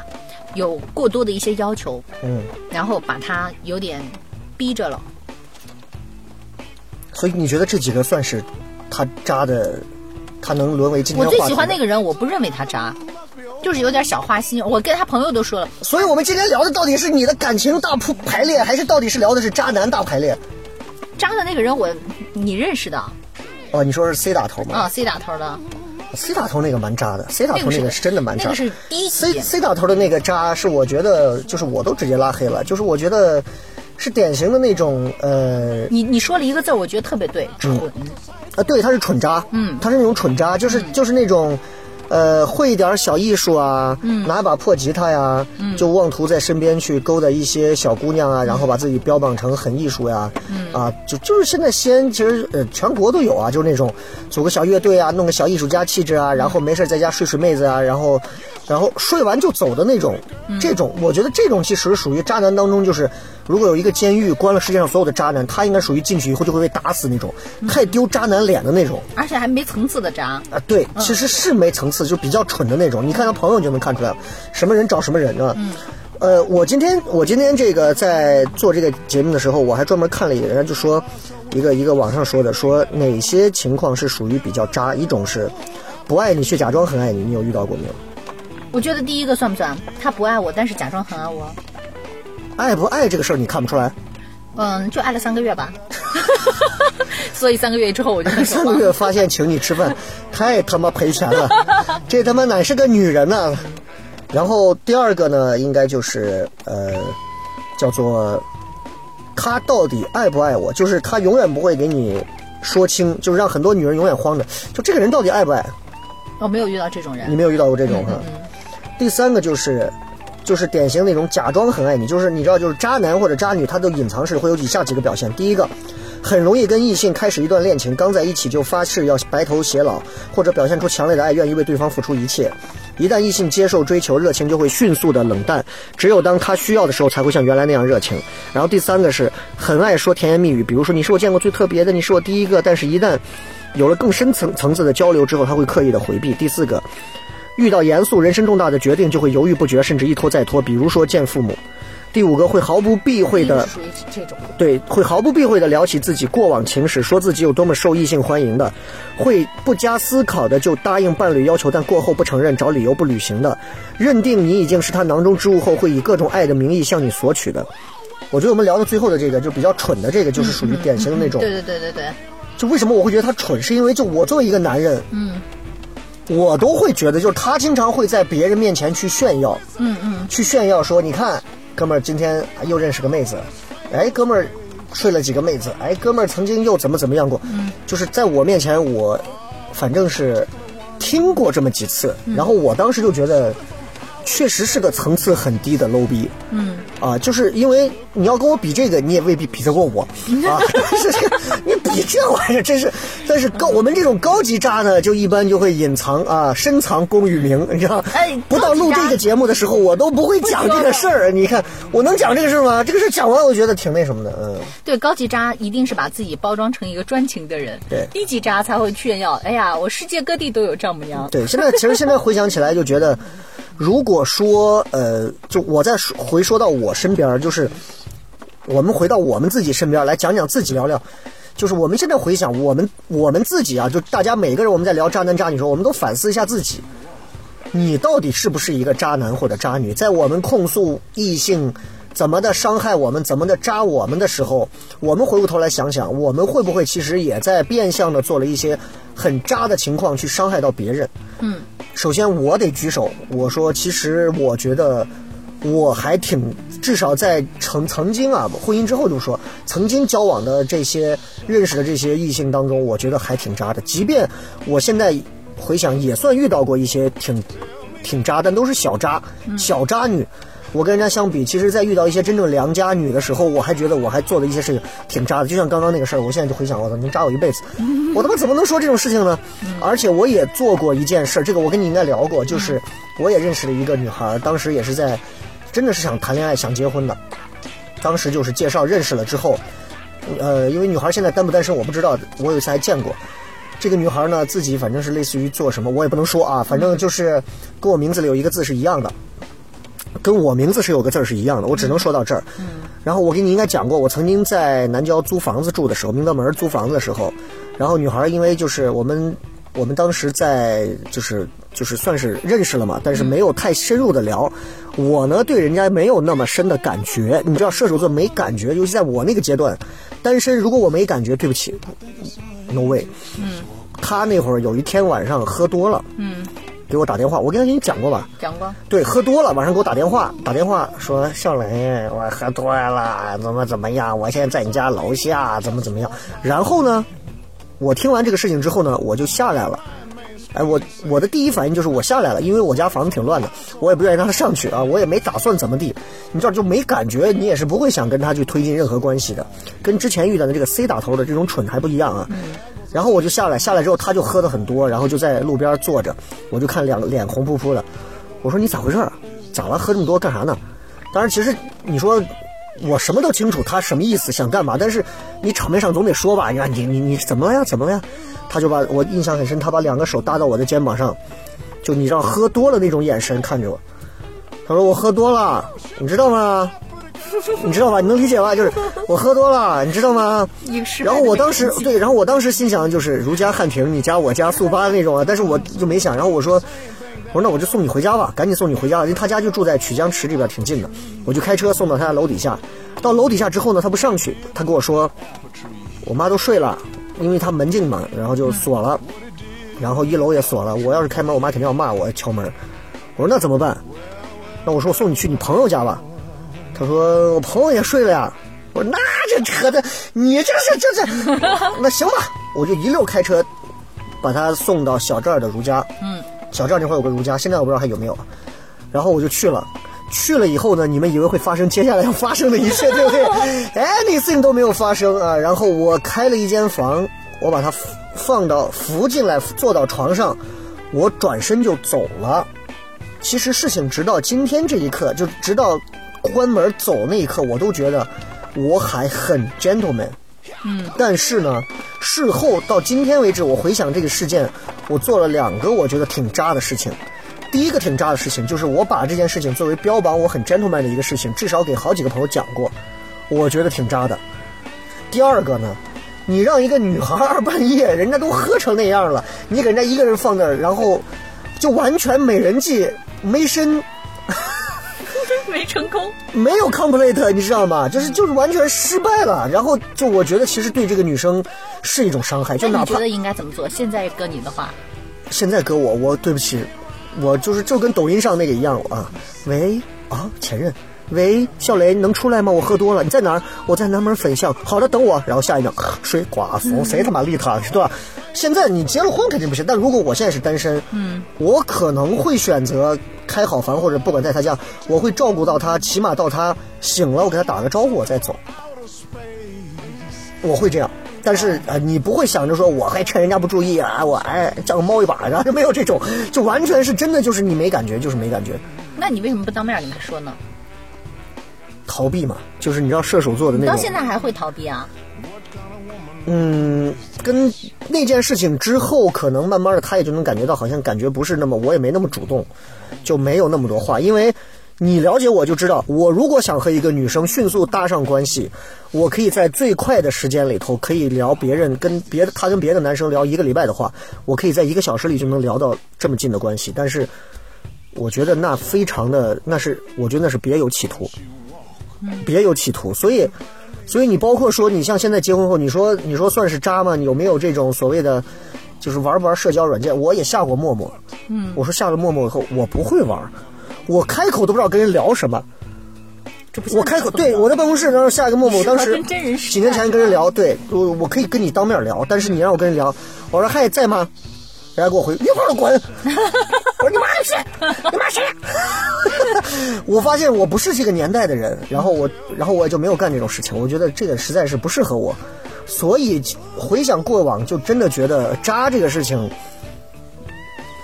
S4: 有过多的一些要求，
S3: 嗯，
S4: 然后把他有点逼着了。
S3: 所以你觉得这几个算是他渣的，他能沦为今天
S4: 我
S3: 的
S4: 最
S3: 话
S4: 喜
S3: 题
S4: 欢那
S3: 吗
S4: 个人，我不认为他渣，就是有点小花心。我跟他朋友都说了，
S3: 所以我们今天聊的到底是你的感情大铺排列，还是到底是聊的是渣男大排列？
S4: 渣的那个人我你认识的啊
S3: 哦，你说是 C 打头吗？哦
S4: 啊，C 打头的，
S3: C 打头那个蛮渣的，C 打头嗯那
S4: 那
S3: 个
S4: 个
S3: 是真的蛮渣。
S4: 那个是第一
S3: C
S4: 集
S3: C 打头的那个渣是我觉得就是我都直接拉黑了，就是我觉得是典型的那种呃
S4: 你你说了一个字儿，我觉得特别对，蠢。
S3: 啊，对，他是蠢渣，嗯，他是那种蠢渣，就是、就是那种。呃，会一点小艺术啊，嗯，拿把破吉他呀，嗯，就妄图在身边去勾搭一些小姑娘啊，然后把自己标榜成很艺术呀，嗯，啊，就就是现在西安其实呃全国都有啊，就是那种组个小乐队啊，弄个小艺术家气质啊，然后没事在家睡睡妹子啊，然后然后睡完就走的那种，这种我觉得这种其实属于渣男当中，就是如果有一个监狱关了世界上所有的渣男，他应该属于进去以后就会被打死那种，太丢渣男脸的那种
S4: 而且还没层次的渣。
S3: 啊。对，其实是没层次，就比较蠢的那种。你看他朋友就能看出来，什么人找什么人啊。呃，我今天我今天这个在做这个节目的时候，我还专门看了一眼，人家就说一个一个网上说的，说哪些情况是属于比较渣，一种是不爱你却假装很爱你，你有遇到过没有？
S4: 我觉得第一个算不算？他不爱我，但是假装很爱我。
S3: 爱不爱这个事儿你看不出来，
S4: 嗯，就爱了三个 月吧。所以三个月之后我就分手
S3: 三个
S4: 了。
S3: 月发现请你吃饭，太他妈赔钱了，这他妈哪是个女人呐、然后第二个呢，应该就是呃，叫做他到底爱不爱我，就是他永远不会给你说清，就是让很多女人永远慌着，就这个人到底爱不爱？
S4: 我没有遇到这种
S3: 你
S4: 人。
S3: 没有遇到过这种哈。第三个就是，就是典型那种假装很爱你，就是你知道，就是渣男或者渣女，他的隐藏式会有以下几个表现：第一个，很容易跟异性开始一段恋情，刚在一起就发誓要白头偕老，或者表现出强烈的爱，愿意为对方付出一切。一旦异性接受追求，热情就会迅速的冷淡，只有当他需要的时候，才会像原来那样热情。然后第三个是很爱说甜言蜜语，比如说你是我见过最特别的，你是我第一个，但是一旦有了更深层层次的交流之后，他会刻意的回避。第四个，遇到严肃、人生重大的决定就会犹豫不决，甚至一拖再拖，比如说见父母。第五个会毫不避讳
S4: 第一个
S3: 的
S4: 是，属于这种，
S3: 对，会毫不避讳的聊起自己过往情史，说自己有多么受异性欢迎的，会不加思考的就答应伴侣要求，但过后不承认，找理由不履行的，认定你已经是他囊中之物后，会以各种爱的名义向你索取的。我觉得我们聊到最后的这个，就比较蠢的这个，就是属于典型的那种
S4: 对对对对对，
S3: 就为什么我会觉得他蠢，是因为就我作为一个男人，嗯，我都会觉得，就是他经常会在别人面前去炫耀，嗯嗯，去炫耀说，你看，哥们儿今天又认识个妹子，哎，哥们儿睡了几个妹子，哎，哥们儿曾经又怎么怎么样过，就是在我面前我反正是听过这么几次，然后我当时就觉得。确实是个层次很低的 low 逼，嗯，啊，就是因为你要跟我比这个，你也未必比得过我 啊。是这个，你比这玩意儿真是，但是
S4: 嗯
S3: 高我们这种高级渣呢，就一般就会隐藏啊，深藏功与名，你知道
S4: 哎？
S3: 不到录
S4: 高级
S3: 这
S4: 渣
S3: 个节目的时候，我都不会讲这个事儿。你看，我能讲这个事儿吗？这个事儿讲完，我觉得挺那什么的，嗯。
S4: 对，高级渣一定是把自己包装成一个专情的人，
S3: 对
S4: 低级渣才会炫耀。哎呀，我世界各地都有丈母娘。
S3: 对，现在其实现在回想起来就觉得，如果说呃，就我再说回说到我身边儿，就是我们回到我们自己身边儿来讲讲自己聊聊，就是我们现在回想我们我们自己啊，就大家每个人我们在聊渣男渣女的时候，我们都反思一下自己，你到底是不是一个渣男或者渣女？在我们控诉异性。怎么的伤害我们，怎么的扎我们的时候，我们回过头来想想，我们会不会其实也在变相的做了一些很渣的情况去伤害到别人？首先我得举手，我说其实我觉得我还挺，至少在曾曾经啊，婚姻之后就说，曾经交往的这些认识的这些异性当中，我觉得还挺渣的。即便我现在回想，也算遇到过一些挺挺渣，但都是小渣、小渣女。我跟人家相比，其实，在遇到一些真正良家女的时候，我还觉得我还做的一些事情挺渣的。就像刚刚那个事儿，我现在就回想，我操，能渣我一辈子， 我他妈怎么能说这种事情呢？而且我也做过一件事儿，这个我跟你应该聊过，就是我也认识了一个女孩儿，当时也是在，真的是想谈恋爱、想结婚的，当时就是介绍认识了之后，呃，因为女孩现在单不单身我不知道，我有一次还见过。这个女孩呢，自己反正是类似于做什么，我也不能说啊，反正就是跟我名字里有一个字是一样的，跟我名字是有个字儿是一样的，我只能说到这儿。然后我跟你应该讲过，我曾经在南郊租房子住的时候，明德门租房子的时候，然后女孩因为就是我们我们当时在就是就是算是认识了嘛，但是没有太深入的聊。我呢对人家没有那么深的感觉，你知道射手座没感觉，尤其在我那个阶段，单身如果我没感觉，对不起，no way。他那会儿有一天晚上喝多了，嗯，给我打电话，我跟他给你讲过吧，
S4: 讲过，
S3: 对，喝多了，晚上给我打电话，打电话说笑磊，我喝多了，怎么怎么样？我现在在你家楼下，怎么怎么样？然后呢，我听完这个事情之后呢，我就下来了。哎，我我的第一反应就是我下来了，因为我家房子挺乱的，我也不愿意让他上去啊，我也没打算怎么地，你知道就没感觉，你也是不会想跟他去推进任何关系的，跟之前遇到的这个 C 打头的这种蠢还不一样啊。然后我就下来，下来之后他就喝的很多，然后就在路边坐着，我就看两脸红扑扑的，我说你咋回事儿？啊咋了？喝这么多干啥呢？当然，其实你说我什么都清楚他什么意思，想干嘛，但是你场面上总得说吧？你看你你你怎么了呀？怎么了呀？他就把我印象很深，他把两个手搭到我的肩膀上，就你知道喝多了那种眼神看着我。他说我喝多了，你知道吗？你知道吧？你能理解吧？就是我喝多了，你知道吗？
S4: 影视
S3: 然后我当时对，然后我当时心想就是如家汉庭，你家我家速八那种啊，但是我就没想。然后我说，我说那我就送你回家吧，赶紧送你回家，因为他家就住在曲江池这边，挺近的。我就开车送到他家楼底下。到楼底下之后呢，他不上去，他跟我说，我妈都睡了，因为他门禁嘛，然后就锁了，然后一楼也锁了。我要是开门，我妈肯定要骂我敲门。我说那怎么办？那我说我送你去你朋友家吧。他说我朋友也睡了呀。我说那这扯的，你这是这 是，那行吧，我就一溜开车，把他送到小寨儿的如家。嗯，小寨儿那块儿有个如家，现在我不知道还有没有啊。然后我就去了。去了以后呢，你们以为会发生接下来要发生的一切，对不对哎？anything 都没有发生啊。然后我开了一间房，我把他放到扶进来，坐到床上，我转身就走了。其实事情直到今天这一刻，就直到关门走那一刻，我都觉得我还很 gentleman。嗯，但是呢，事后到今天为止，我回想这个事件，我做了两个我觉得挺渣的事情。第一个挺渣的事情就是我把这件事情作为标榜我很 gentleman 的一个事情，至少给好几个朋友讲过，我觉得挺渣的。第二个呢，你让一个女孩儿半夜人家都喝成那样了，你给人家一个人放那儿，然后就完全美人计，没身
S4: 没成功，
S3: 没有 complete，你知道吗？就是就是完全失败了。然后就我觉得其实对这个女生是一种伤害，就哪
S4: 那你
S3: 怕
S4: 觉得应该怎么做？现在搁你的话，
S3: 现在搁我，我对不起，我就是就跟抖音上那个一样啊。喂啊，前任，喂，笑雷，你能出来吗？我喝多了，你在哪儿？我在南门粉巷。好的，等我。然后下一秒，咳水寡妇，谁他妈理他，对吧？现在你结了婚肯定不行，但如果我现在是单身，嗯，我可能会选择开好房或者不管在他家，我会照顾到他，起码到他醒了，我给他打个招呼，我再走。我会这样，但是啊、呃你不会想着说我还趁人家不注意啊，我哎叫个猫一把，然后就没有这种，就完全是真的就是你没感觉，就是没感觉，
S4: 那你为什么不当面跟他说呢？
S3: 逃避嘛，就是你知道射手座的那
S4: 你
S3: 种。
S4: 到现在还会逃避啊？
S3: 嗯，跟那件事情之后，可能慢慢的他也就能感觉到，好像感觉不是那么，我也没那么主动，就没有那么多话。因为你了解我就知道，我如果想和一个女生迅速搭上关系，我可以在最快的时间里头可以聊别人跟别的他跟别的男生聊一个礼拜的话，我可以在一个小时里就能聊到这么近的关系。但是我觉得那非常的， 那是我觉得那是别有企图，别有企图，所以。所以你包括说，你像现在结婚后，你说你说算是渣吗？你有没有这种所谓的，就是玩不玩社交软件？我也下过陌陌，嗯，我说下了陌陌以后，我不会玩，我开口都不知道跟人聊什么。
S4: 这不像
S3: 我开口
S4: 你说的
S3: 对我在办公室，然后下一个陌陌，我当时
S4: 跟真人啊实
S3: 几年
S4: 战
S3: 前跟人聊，对我我可以跟你当面聊，但是你让我跟人聊，我说嗨在吗？人家给我回一会儿滚， 我说你妈是，你妈谁？ 我发现我不是这个年代的人，然后我然后我也就没有干这种事情，我觉得这个实在是不适合我，所以回想过往，就真的觉得渣这个事情。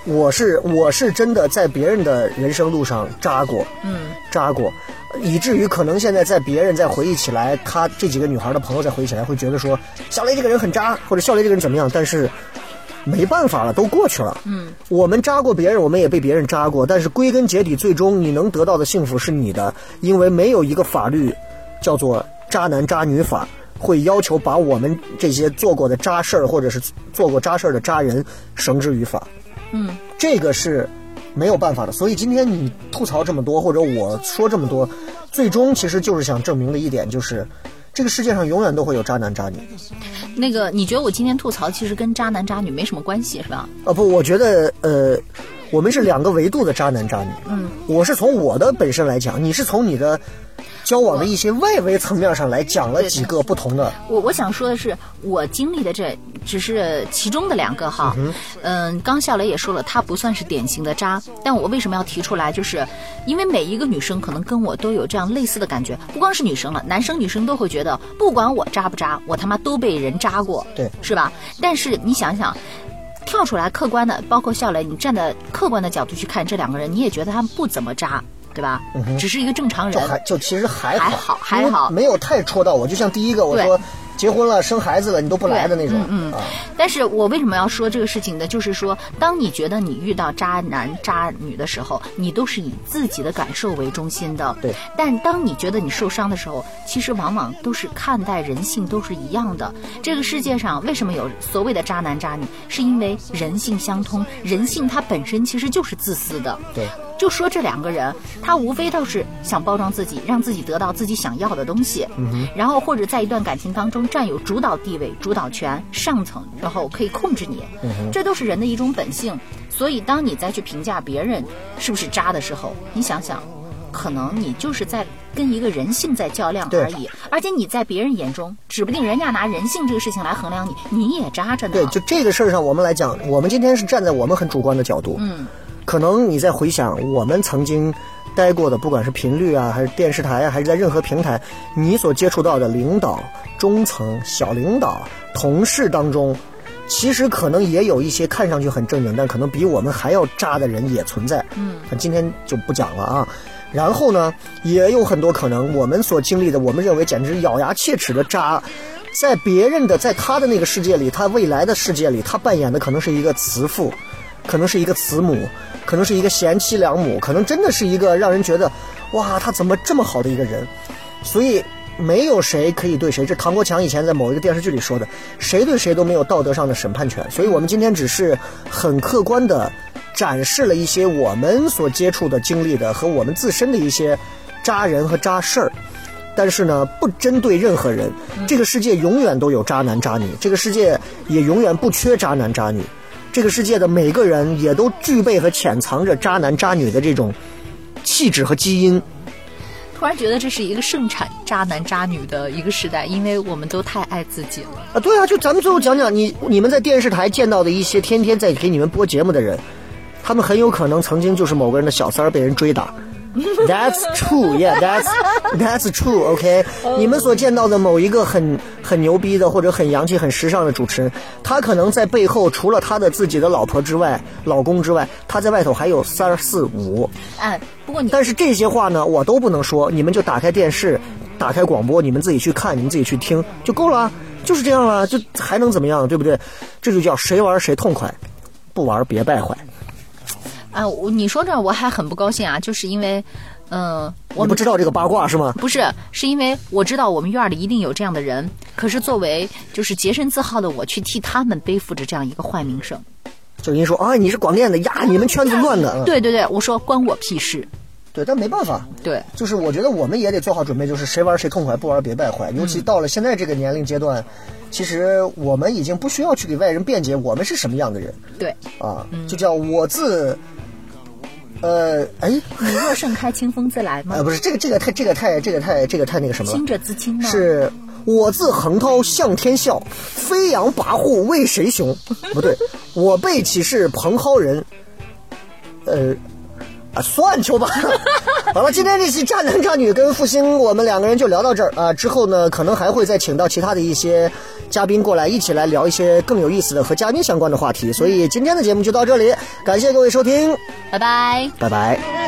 S3: 我是我是真的在别人的人生路上扎过，嗯，扎过，以至于可能现在在别人再回忆起来，他这几个女孩的朋友再回忆起来，会觉得说小雷这个人很渣，或者小雷这个人怎么样，但是没办法了，都过去了，嗯，我们扎过别人，我们也被别人扎过，但是归根结底，最终你能得到的幸福是你的，因为没有一个法律叫做渣男渣女法。会要求把我们这些做过的渣事儿，或者是做过渣事儿的渣人绳之于法。这个是没有办法的。所以今天你吐槽这么多，或者我说这么多，最终其实就是想证明的一点就是，这个世界上永远都会有渣男渣女。
S4: 那个，你觉得我今天吐槽其实跟渣男渣女没什么关系是吧？
S3: 啊，不，我觉得呃，我们是两个维度的渣男渣女。嗯，我是从我的本身来讲，你是从你的交往的一些外围层面上来讲了几个不同的。
S4: 我我想说的是，我经历的这只是其中的两个哈。嗯、刚笑雷也说了，他不算是典型的渣，但我为什么要提出来，就是因为每一个女生可能跟我都有这样类似的感觉，不光是女生了，男生女生都会觉得，不管我渣不渣，我他妈都被人渣过，
S3: 对
S4: 是吧？但是你想想。跳出来客观的，包括笑雷，你站在客观的角度去看这两个人，你也觉得他们不怎么渣，对吧？只是一个正常
S3: 嗯就
S4: 人，
S3: 还就其实还
S4: 还
S3: 好
S4: 好，还
S3: 因为
S4: 好
S3: 没有太戳到我。就像第一个我
S4: 对
S3: 说结婚了生孩子了你都不来的那种，嗯啊，
S4: 但是我为什么要说这个事情呢？就是说，当你觉得你遇到渣男渣女的时候，你都是以自己的感受为中心的。
S3: 对。
S4: 但当你觉得你受伤的时候，其实往往都是看待人性都是一样的。这个世界上为什么有所谓的渣男渣女？是因为人性相通，人性它本身其实就是自私的。
S3: 对。
S4: 就说这两个人，他无非都是想包装自己，让自己得到自己想要的东西，
S3: 嗯
S4: 然后或者在一段感情当中占有主导地位、主导权、上层，然后可以控制你，
S3: 嗯
S4: 这都是人的一种本性。所以，当你再去评价别人是不是渣的时候，你想想，可能你就是在跟一个人性在较量
S3: 对
S4: 而已，而且你在别人眼中，指不定人家拿人性这个事情来衡量你，你也渣着呢。
S3: 对，就这个事儿上，我们来讲，我们今天是站在我们很主观的角度，嗯，可能你在回想我们曾经待过的，不管是频率啊，还是电视台啊，还是在任何平台，你所接触到的领导、中层、小领导、同事当中，其实可能也有一些看上去很正经，但可能比我们还要渣的人也存在。嗯，但今天就不讲了啊。然后呢，也有很多可能我们所经历的，我们认为简直咬牙切齿的渣，在别人的，在他的那个世界里，他未来的世界里，他扮演的可能是一个慈父，可能是一个慈母，可能是一个贤妻良母，可能真的是一个让人觉得，哇，他怎么这么好的一个人？所以没有谁可以对谁。这唐国强以前在某一个电视剧里说的，谁对谁都没有道德上的审判权。所以我们今天只是很客观的展示了一些我们所接触的经历的和我们自身的一些渣人和渣事儿。但是呢，不针对任何人，这个世界永远都有渣男渣女，这个世界也永远不缺渣男渣女，这个世界的每个人也都具备和潜藏着渣男渣女的这种气质和基因。
S4: 突然觉得这是一个盛产渣男渣女的一个时代，因为我们都太爱自己了。
S3: 啊，对啊，就咱们最后讲讲你你们在电视台见到的一些天天在给你们播节目的人，他们很有可能曾经就是某个人的小三儿被人追打。That's true, yeah, that's that's true, OK。你们所见到的某一个很很牛逼的或者很洋气、很时尚的主持人，他可能在背后除了他的自己的老婆之外、老公之外，他在外头还有三儿四五。
S4: 哎，不过你
S3: 但是这些话呢，我都不能说，你们就打开电视，打开广播，你们自己去看，你们自己去听就够了啊，就是这样了，就还能怎么样，对不对？这就叫谁玩谁痛快，不玩别败坏。
S4: 啊，我你说这儿我还很不高兴啊，就是因为，嗯、
S3: 你
S4: 我
S3: 不
S4: 们
S3: 知道这个八卦是吗？
S4: 不是，是因为我知道我们院儿里一定有这样的人，可是作为就是洁身自好的我，去替他们背负着这样一个坏名声。
S3: 就是您说啊，你是广电的呀，你们圈子乱的，嗯
S4: 对对对，我说关我屁事。
S3: 对，但没办法，
S4: 对，
S3: 就是我觉得我们也得做好准备，就是谁玩谁痛快，不玩别败坏。尤其到了现在这个年龄阶段，其实我们已经不需要去给外人辩解我们是什么样的人
S4: 对，
S3: 啊，就叫我自，呃，哎，
S4: 你若盛开，清风自来吗
S3: 呃，？不是这个，这个太，这个太，这个太，这个太那个什么了
S4: 清。者自清吗？，
S3: 是我自横涛向天笑，飞扬跋扈为谁雄？不对，我辈岂是蓬蒿人？呃，啊，算球吧。 好了，今天这期渣男渣女跟复兴，我们两个人就聊到这儿啊。之后呢，可能还会再请到其他的一些嘉宾过来，一起来聊一些更有意思的和嘉宾相关的话题。所以今天的节目就到这里，感谢各位收听，
S4: 拜拜。
S3: 拜拜。